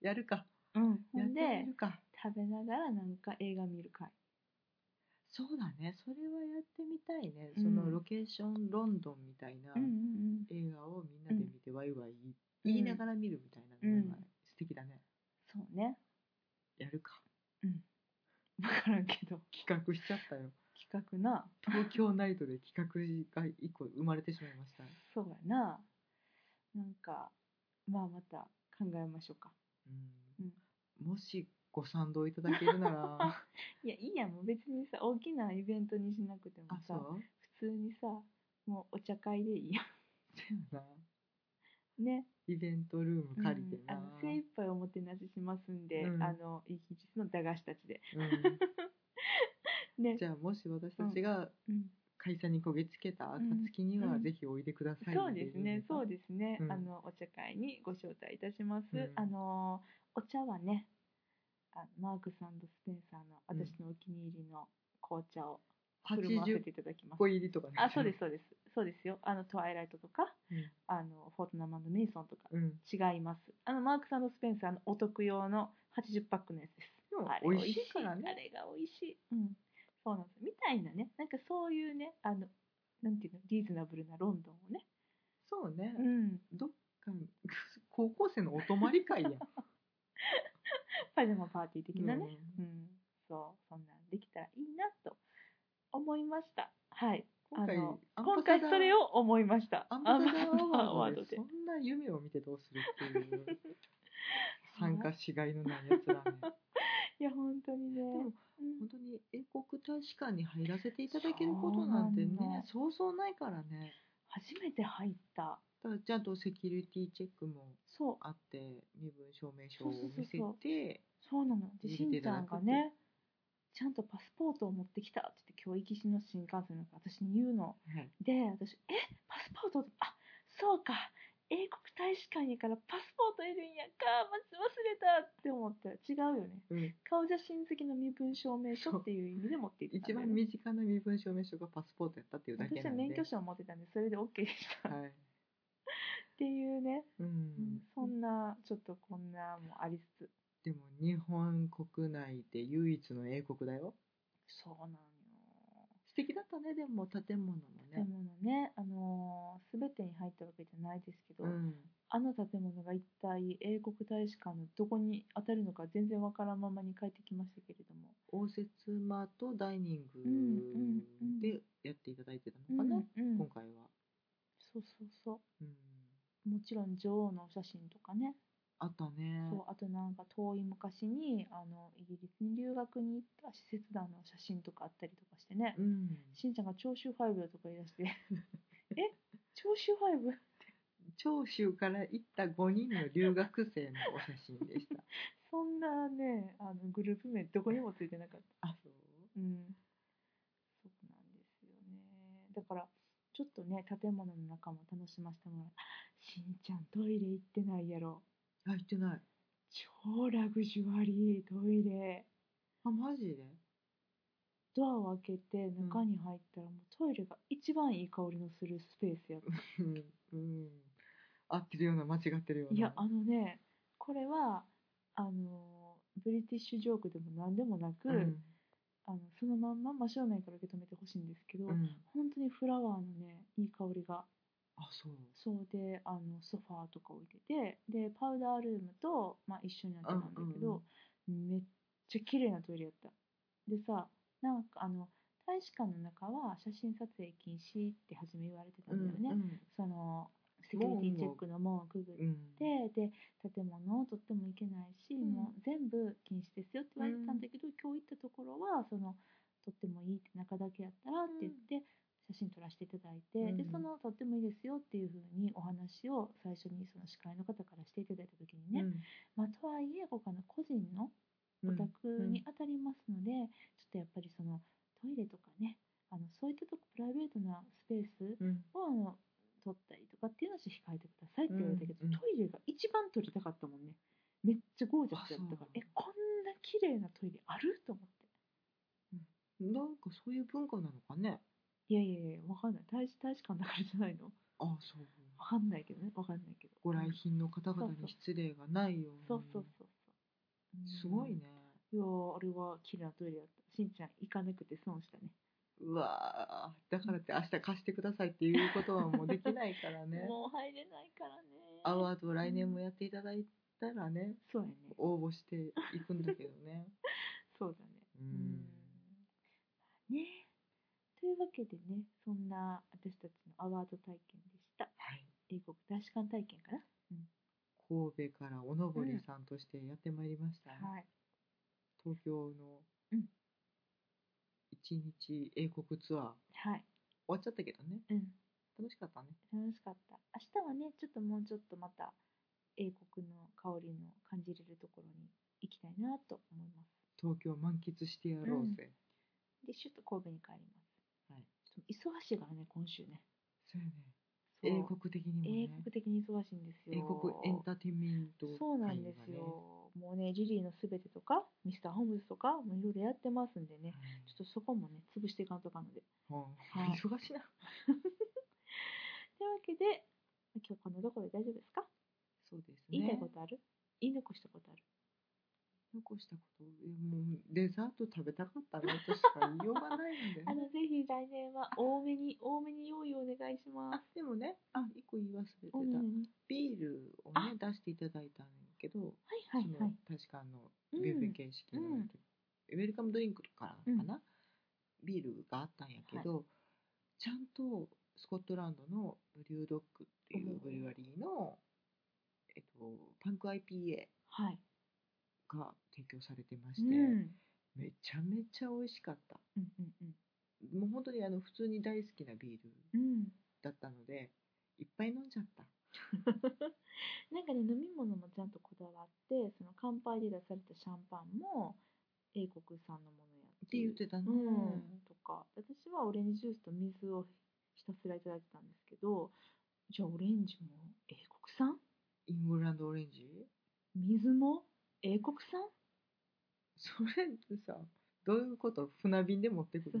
Speaker 2: やるか
Speaker 1: うんほ
Speaker 2: やっ
Speaker 1: ん
Speaker 2: て
Speaker 1: で
Speaker 2: みるか
Speaker 1: 食べながらなんか映画見る会
Speaker 2: そうだねそれはやってみたいね、
Speaker 1: うん
Speaker 2: そのロケーションロンドンみたいな
Speaker 1: うんうんうん
Speaker 2: 映画をみんなで見てワイワイ
Speaker 1: うん
Speaker 2: 言いながら見るみたいなのが
Speaker 1: うん
Speaker 2: 素敵だね、
Speaker 1: そうね
Speaker 2: やるか
Speaker 1: 分からんけど
Speaker 2: 企画しちゃったよ
Speaker 1: 企画な
Speaker 2: 東京ナイトで企画が一個生まれてしまいました、
Speaker 1: そうやななんかまあまた考えましょうか
Speaker 2: うんもしご賛同いただける
Speaker 1: [LAUGHS]
Speaker 2: なら
Speaker 1: いやいいやんもう別にさ大きなイベントにしなくても
Speaker 2: あそ
Speaker 1: さ
Speaker 2: う
Speaker 1: 普通にさもうお茶会でいいや
Speaker 2: せやなん
Speaker 1: [LAUGHS] ね
Speaker 2: イベントルーム借りて
Speaker 1: うん、あ
Speaker 2: な、
Speaker 1: の精一杯おもてなししますんで、
Speaker 2: うん
Speaker 1: あのイギリスの駄菓子たちで
Speaker 2: うん
Speaker 1: ね
Speaker 2: じゃあもし私たちが
Speaker 1: うん
Speaker 2: 会社にこぎつけた暁に
Speaker 1: う
Speaker 2: は
Speaker 1: ん
Speaker 2: ぜひおいでください、
Speaker 1: そうですね、そう
Speaker 2: で
Speaker 1: ですね、
Speaker 2: うん
Speaker 1: あのお茶会にご招待いたします。
Speaker 2: うん
Speaker 1: あのお茶はね、あマークさんとスペンサーの
Speaker 2: うん
Speaker 1: 私のお気に入りの紅茶を振る舞わせ
Speaker 2: 80
Speaker 1: ていただきます。
Speaker 2: 個入りとかね
Speaker 1: あ、そうですそうです、そうですよ。あのトワイライトとか、
Speaker 2: うん
Speaker 1: あのフォートナマンドメイソンとか
Speaker 2: うん
Speaker 1: 違います。あのマークさんとスペンサーのお得用の80パックのやつです。
Speaker 2: でも
Speaker 1: あれ
Speaker 2: 美味しいから
Speaker 1: あ
Speaker 2: ね
Speaker 1: れが美味しい。うん。そうなんです。みたいなね、なんかそういうね、あのなんていうのリーズナブルなロンドンをね。
Speaker 2: そうね、
Speaker 1: うん。
Speaker 2: どっか [LAUGHS] 高校生のお泊ま
Speaker 1: [LAUGHS]
Speaker 2: り会や
Speaker 1: パジャマパーティー的なね、うん
Speaker 2: う
Speaker 1: んそうそんなんできたらいいなと思いましたはい
Speaker 2: 今回
Speaker 1: あの
Speaker 2: アン
Speaker 1: 今
Speaker 2: バサダー
Speaker 1: 回それを思いました
Speaker 2: アンバサダ
Speaker 1: アンバサダーア
Speaker 2: ーア
Speaker 1: ワ
Speaker 2: ワ
Speaker 1: ー
Speaker 2: ー
Speaker 1: ド
Speaker 2: ド
Speaker 1: で
Speaker 2: でそんな夢を見てどうするっていう
Speaker 1: [LAUGHS]
Speaker 2: 参加しがいのないやつだね
Speaker 1: [LAUGHS] いや本当にね
Speaker 2: でも
Speaker 1: うん
Speaker 2: 本当に英国大使館に入らせていただけることなんてね
Speaker 1: そうなんだ
Speaker 2: そうそうないからね
Speaker 1: 初めて入った
Speaker 2: だからちゃんとセキュリティチェックも
Speaker 1: そう
Speaker 2: あって身分証明書を
Speaker 1: そうそうそう
Speaker 2: 見せ
Speaker 1: そう
Speaker 2: て
Speaker 1: そうなのでし
Speaker 2: 入
Speaker 1: ん
Speaker 2: れてい
Speaker 1: ち
Speaker 2: た
Speaker 1: ゃ
Speaker 2: だ
Speaker 1: ん
Speaker 2: くって
Speaker 1: がねちゃんとパスポートを持ってきたって言って今日行きしの新幹線なんか私に言うの
Speaker 2: はい
Speaker 1: で私「えパスポートあそうか英国大使館やからパスポートいるんやんかまず忘れた」って思ったら違うよね
Speaker 2: うん
Speaker 1: 顔写真付きの身分証明書っていう意味で持っていった
Speaker 2: 一
Speaker 1: んだよ
Speaker 2: 番
Speaker 1: ね、
Speaker 2: 身近な身分証明書がパスポートやったっていうだけなん
Speaker 1: 私は
Speaker 2: で
Speaker 1: 免許証を持ってたんでそれで OK でした、っ
Speaker 2: はい
Speaker 1: ていうね、
Speaker 2: う
Speaker 1: うん
Speaker 2: ん、
Speaker 1: そんなちょっとこんなもありつつ
Speaker 2: でも日本国内で唯一の英国だよ
Speaker 1: そうなんよ
Speaker 2: 素敵だったねでも建物も
Speaker 1: 建
Speaker 2: ね、
Speaker 1: 物ね、あのー全てに入ったわけじゃないですけど、
Speaker 2: うん、
Speaker 1: あの建物が一体英国大使館のどこに当たるのか全然わからんままに帰ってきましたけれども
Speaker 2: 応接間とダイニング
Speaker 1: うんうんうん
Speaker 2: でやっていただいてたのかな、
Speaker 1: うんうん
Speaker 2: 今回は、
Speaker 1: そうそうそ
Speaker 2: うん、
Speaker 1: うもちろん女王のお写真とかね
Speaker 2: あったね
Speaker 1: そうあとなんか遠い昔にあのイギリスに留学に行った使節団の写真とかあったりとかしてね、
Speaker 2: うん、
Speaker 1: しんちゃんが長州ファイブだとか言い出して [LAUGHS] え長州ファイブ [LAUGHS]
Speaker 2: 長州から行った5人の留学生のお写真
Speaker 1: [LAUGHS]
Speaker 2: でした
Speaker 1: そんなねあのグループ名どこにもついてなかった
Speaker 2: あそう
Speaker 1: うんそうなんですよねだからちょっとね建物の中も楽しませてもらったしんちゃんトイレ行ってないやろ
Speaker 2: あ行ってない
Speaker 1: 超ラグジュアリートイレ
Speaker 2: あマジで
Speaker 1: ドアを開けて中に入ったらもうトイレが一番いい香りのするスペースやった
Speaker 2: うんうん合ってるような間違ってるようない
Speaker 1: やあのねこれはあのブリティッシュジョークでも何でもなく、
Speaker 2: うん
Speaker 1: あのそのまんま真正面から受け止めてほしいんですけど、
Speaker 2: うん、
Speaker 1: 本当にフラワーのねいい香りが
Speaker 2: あそう
Speaker 1: そうであのソファーとか置いててでパウダールームと、まあ、一緒になってたんだけど、めっちゃ綺麗なトイレやったでさなんかあの大使館の中は写真撮影禁止って初め言われてたんだよね、
Speaker 2: うん
Speaker 1: そのセキュリティチェックの門をくぐっ
Speaker 2: うん
Speaker 1: て、で建物を取ってもいけないし、
Speaker 2: ん
Speaker 1: もう全部禁止ですよって言われてたんだけど、今日行ったところはその取ってもいいって中だけやったらって言って写真撮らせていただいて、
Speaker 2: うん
Speaker 1: でその取ってもいいですよっていうふうにお話を最初にその司会の方からしていただいた時にね、まあ、とはいえ他の個人の
Speaker 2: うん
Speaker 1: お宅に当たりますので、ちょっとやっぱりそのトイレとかねあのそういったとこプライベートなスペース
Speaker 2: うんうん
Speaker 1: をあの取ったりとかっていうのは控えてくださいって言われたけど、
Speaker 2: うんうん
Speaker 1: トイレが一番取りたかったもんねめっちゃゴージャスだったか
Speaker 2: あそう
Speaker 1: らえこんな綺麗なトイレあると思って
Speaker 2: なんかそういう文化なのかね
Speaker 1: いやいやいやわかんない大使大使館だからじゃないの
Speaker 2: あそう
Speaker 1: わかんないけどねわかんないけど
Speaker 2: ご来賓の方々
Speaker 1: そうそう
Speaker 2: に失礼がないように
Speaker 1: そうそうそうそう、うん
Speaker 2: すごいね
Speaker 1: いやーあれは綺麗なトイレだったしんちゃん行かなくて損したね
Speaker 2: うわーだからって明日貸してくださいっていうことはもうできないから
Speaker 1: [LAUGHS]
Speaker 2: ね
Speaker 1: もう入れないからね
Speaker 2: アワード来年もやっていただいたらね
Speaker 1: そうやね
Speaker 2: 応募していくんだけど
Speaker 1: [LAUGHS]
Speaker 2: ね
Speaker 1: そうだね
Speaker 2: う
Speaker 1: うんねというわけでねそんな私たちのアワード体験でした
Speaker 2: はい
Speaker 1: 英国大使館体験かな
Speaker 2: 神戸からおのぼりさんとしてやってまいりました、
Speaker 1: はい
Speaker 2: 東京の
Speaker 1: うん
Speaker 2: 一日英国ツアー終
Speaker 1: はい
Speaker 2: わっちゃったけどね
Speaker 1: うん
Speaker 2: 楽しかったね
Speaker 1: 楽しかった明日はねちょっともうちょっとまた英国の香りの感じれるところに行きたいなと思いま
Speaker 2: 東京満喫してやろうぜ、
Speaker 1: すでシュッと神戸に帰ります
Speaker 2: はい
Speaker 1: ちょっと忙しいからね今週ね
Speaker 2: そうやね
Speaker 1: そう
Speaker 2: 英国的にも
Speaker 1: 英
Speaker 2: ね
Speaker 1: 国的に忙しいんですよ
Speaker 2: 英国エンターテインメント
Speaker 1: そうなんですよ、もうねリリーのすべてとかミスターホームズとかもういろいろやってますんでね
Speaker 2: 会がね、
Speaker 1: ちょっとそこもね潰していかんとあかんので
Speaker 2: はい
Speaker 1: はい
Speaker 2: 忙
Speaker 1: [LAUGHS]
Speaker 2: しいな
Speaker 1: というわけで今日このどころで大丈夫ですか、
Speaker 2: そうですね
Speaker 1: 言いたいことある言い残したことある
Speaker 2: 残したことえもうデザート食べたかったなとしか言いようがないんで
Speaker 1: あのぜひ来年は多めに多めに用意お願いします
Speaker 2: [LAUGHS] あでもねあ一個言い忘れてた、
Speaker 1: うんうん
Speaker 2: ビールをね出していただいたんやけど、
Speaker 1: はいはいは
Speaker 2: その
Speaker 1: い
Speaker 2: 大使館のビュッフェ形式の、
Speaker 1: うん
Speaker 2: ウェルカムドリンクからかな、ビールがあったんやけど、ちゃんとスコットランドのブリュードックっていうブリュワリーの、えっと、パンク IPA
Speaker 1: はい、
Speaker 2: が提供されてま
Speaker 1: う
Speaker 2: し
Speaker 1: ん、
Speaker 2: て、
Speaker 1: うん
Speaker 2: めちゃめちゃ美味しかった
Speaker 1: うん
Speaker 2: もう本当にあの普通に大好きなビール
Speaker 1: うんうん
Speaker 2: だったのでいっぱい飲んじゃった
Speaker 1: なんかね飲み物もちゃんとこだわってその乾杯で出されたシャンパンも英国産のものや
Speaker 2: って言ってたね、
Speaker 1: うん、とか私はオレンジジュースと水をひたすらいただいてたんですけどじゃあオレンジも英国産
Speaker 2: イングランドオレンジ
Speaker 1: 水も英国産
Speaker 2: それってさどういうこと船便で持ってくるの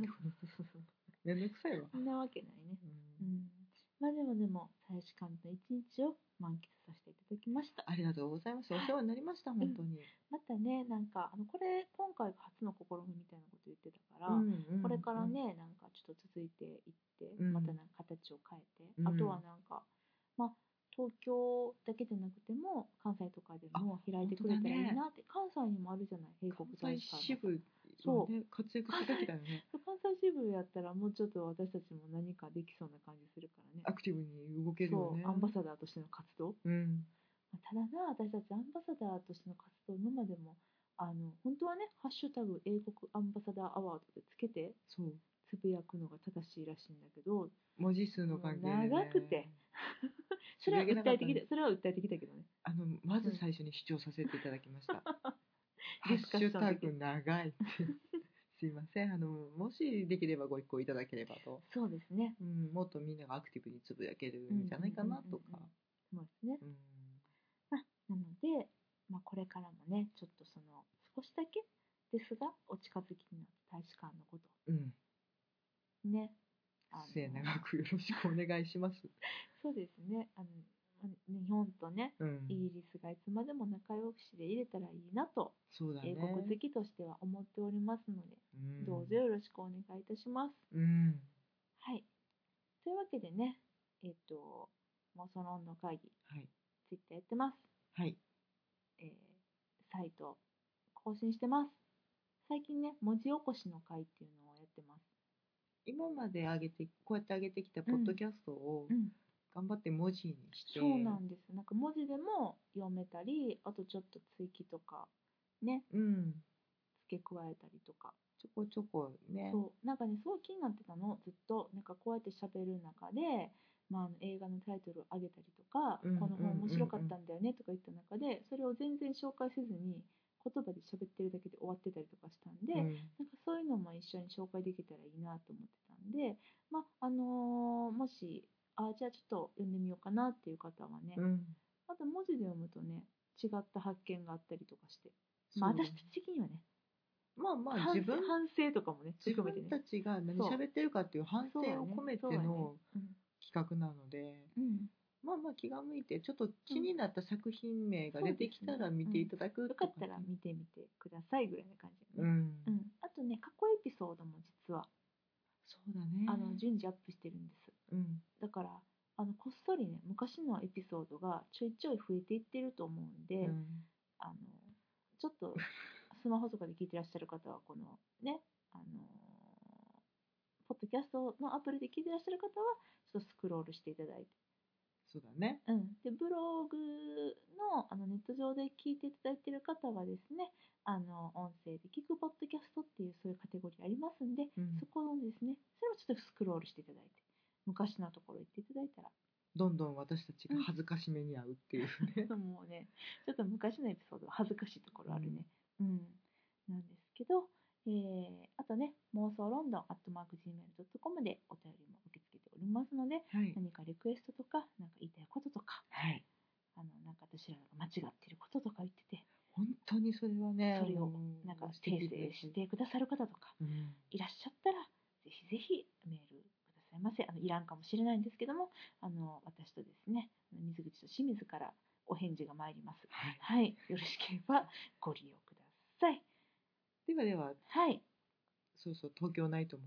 Speaker 2: めんどくさいわ、
Speaker 1: そんなわけないね、うん、まあでもでも大使館の一日を満喫させていただきました
Speaker 2: ありがとうございますお世話になりました本当に、
Speaker 1: またねなんかあのこれ今回が初の試みみたいなこと言ってたから、
Speaker 2: うんうん
Speaker 1: これからねなんかちょっと続いていって、
Speaker 2: うん
Speaker 1: またなんか形を変えて、
Speaker 2: うん
Speaker 1: あとはなんかまあ東京だけじゃなくても関西とかでも開いてくれたらいいなって、関西にもあるじゃない英
Speaker 2: 関
Speaker 1: 国大
Speaker 2: 西
Speaker 1: 使
Speaker 2: 支
Speaker 1: 館の
Speaker 2: 部をね活躍すべきだよね
Speaker 1: 関西支部やったらもうちょっと私たちも何かできそうな感じするから
Speaker 2: ア
Speaker 1: ね
Speaker 2: クティブに動けるよね
Speaker 1: そうアンバサダーとしての活動、
Speaker 2: うん
Speaker 1: まあただな私たちアンバサダーとしての活動今までもあの本当はね「ハッシュタグ英国アンバサダーアワード」でつけて
Speaker 2: そう
Speaker 1: つぶやくのが正しいらしいんだけど
Speaker 2: 文字数の関係で、ね、
Speaker 1: 長くてそれは訴えてきた、それは訴えてきたけどね。
Speaker 2: あのまず最初に主張させていただきました。ハ
Speaker 1: デ
Speaker 2: ッ
Speaker 1: ィス
Speaker 2: シ
Speaker 1: カッション
Speaker 2: ュ
Speaker 1: 的
Speaker 2: タグ長いって。すいません。あのもしできればご一行いただければと、
Speaker 1: そうですね。
Speaker 2: うん、もっとみんながアクティブにつぶやけるんじゃないかなとか。
Speaker 1: そうですね。
Speaker 2: うん
Speaker 1: なので、まあ、これからもね、ちょっとその、少しだけですがお近づきになった大使館のこと
Speaker 2: うん。
Speaker 1: ねあの
Speaker 2: 末永くよろしくお願いします。
Speaker 1: そうですねあのあの日本とね
Speaker 2: うん
Speaker 1: イ。ギリスがいつまでも仲良しでいれたらいいなと
Speaker 2: そうだね。
Speaker 1: 英国好きとしては思っておりますので、
Speaker 2: うん
Speaker 1: どうぞよろしくお願いいたします。
Speaker 2: うん。
Speaker 1: はい、というわけでね、えっ、と、妄想論の会議、
Speaker 2: はい。
Speaker 1: ツイッターやってます、
Speaker 2: はい。
Speaker 1: えーサイト更新してます。最近ね、文字起こしの会っていうのをやってます。
Speaker 2: 今まで上げて、こうやって上げてきたポッドキャストを
Speaker 1: うん、
Speaker 2: 頑張って文字にして。
Speaker 1: そうなんです。なんか文字でも読めたり、あとちょっと追記とか、ね、
Speaker 2: うん。
Speaker 1: 付け加えたりとか。
Speaker 2: ちょこちょこね。
Speaker 1: そうなんかねすごい気になってたのずっとなんかこうやって喋る中で、まあ、あの映画のタイトルを上げたりとか、
Speaker 2: うんうんうんう
Speaker 1: こ
Speaker 2: ん
Speaker 1: の本面白かったんだよねとか言った中でそれを全然紹介せずに言葉で喋ってるだけで終わってたりとかしたんで、
Speaker 2: う
Speaker 1: なんか
Speaker 2: ん
Speaker 1: そういうのも一緒に紹介できたらいいなと思ってたんで、まああのーもしあじゃあちょっと読んでみようかなっていう方はね、
Speaker 2: うん。
Speaker 1: また文字で読むとね違った発見があったりとかして、まあ、
Speaker 2: そ
Speaker 1: 私
Speaker 2: う
Speaker 1: 的にはね
Speaker 2: まあま
Speaker 1: 反
Speaker 2: あ自分
Speaker 1: 反省とかもね
Speaker 2: 自
Speaker 1: 含めて
Speaker 2: 分
Speaker 1: ね。
Speaker 2: たちが何
Speaker 1: そう
Speaker 2: 喋ってるかっていう反省
Speaker 1: そうやね
Speaker 2: を込めて
Speaker 1: そうやね
Speaker 2: の
Speaker 1: うん
Speaker 2: 企画なので、
Speaker 1: うん
Speaker 2: まあまあ気が向いてちょっと気になった作品名が出てきたら見ていただく
Speaker 1: よ
Speaker 2: と
Speaker 1: か
Speaker 2: か
Speaker 1: っ
Speaker 2: ね、
Speaker 1: たら見てみてくださいぐらいな感じ、
Speaker 2: う
Speaker 1: ね
Speaker 2: ん、
Speaker 1: うんあとね過去エピソードも実は、
Speaker 2: そうだね
Speaker 1: あの順次アップしてるんです
Speaker 2: うん
Speaker 1: だからあのこっそりね昔のエピソードがちょいちょい増えていってると思うんで、
Speaker 2: うん
Speaker 1: あのちょっとスマホとかで聞いてらっしゃる方はこのねあのポッドキャストのアプリで聞いてらっしゃる方はちょっとスクロールしていただいて
Speaker 2: そうだね
Speaker 1: うん、でブログのあのネット上で聞いていただいている方はですねあの音声で聞くポッドキャストっていうそういうカテゴリーありますんで、
Speaker 2: うん
Speaker 1: そこのですねそれをちょっとスクロールしていただいて昔のところ行っていただいたら
Speaker 2: どんどん私たちが恥ずかしめに遭うっていう
Speaker 1: [LAUGHS]
Speaker 2: ね、
Speaker 1: もうねちょっと昔のエピソードは恥ずかしいところあるね、うんなんですけど、えーあとね妄想ロンドンアットマーク Gmail.com でお便りも受け付けておりますので
Speaker 2: はい、
Speaker 1: 何かリクエストとか何か言いたいこととか
Speaker 2: はい、
Speaker 1: あのなんか私らが間違ってることとか言ってて
Speaker 2: 本当にそれはね
Speaker 1: それを
Speaker 2: もう
Speaker 1: なんか
Speaker 2: 素
Speaker 1: 訂正
Speaker 2: 敵です
Speaker 1: してくださる方とか
Speaker 2: うん
Speaker 1: いらっしゃったらぜひぜひメールくださいませあのいらんかもしれないんですけどもあの私とですね水口と清水からお返事が参ります
Speaker 2: はい、
Speaker 1: はいよろしければご利用ください
Speaker 2: ではでは
Speaker 1: はい
Speaker 2: そうそう東京ナイトも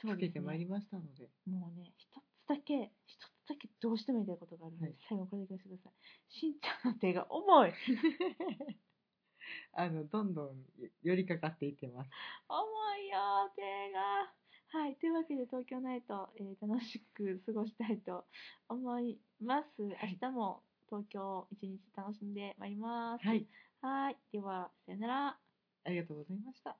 Speaker 1: そう
Speaker 2: つけ
Speaker 1: です
Speaker 2: てまいり
Speaker 1: ね
Speaker 2: ましたので
Speaker 1: もうね一つだけ一つだけどうしても言いたいことがあるので、
Speaker 2: はい
Speaker 1: 最後これだけしてくださいしんちゃんの手が重い
Speaker 2: あのどんどん寄りかかっていってます
Speaker 1: 重いよ手が。はい、というわけで東京ナイト、えー楽しく過ごしたいと思います。
Speaker 2: い
Speaker 1: 明日も東京一日楽しんでまいります。
Speaker 2: はい
Speaker 1: はいではさよなら。
Speaker 2: ありがとうございました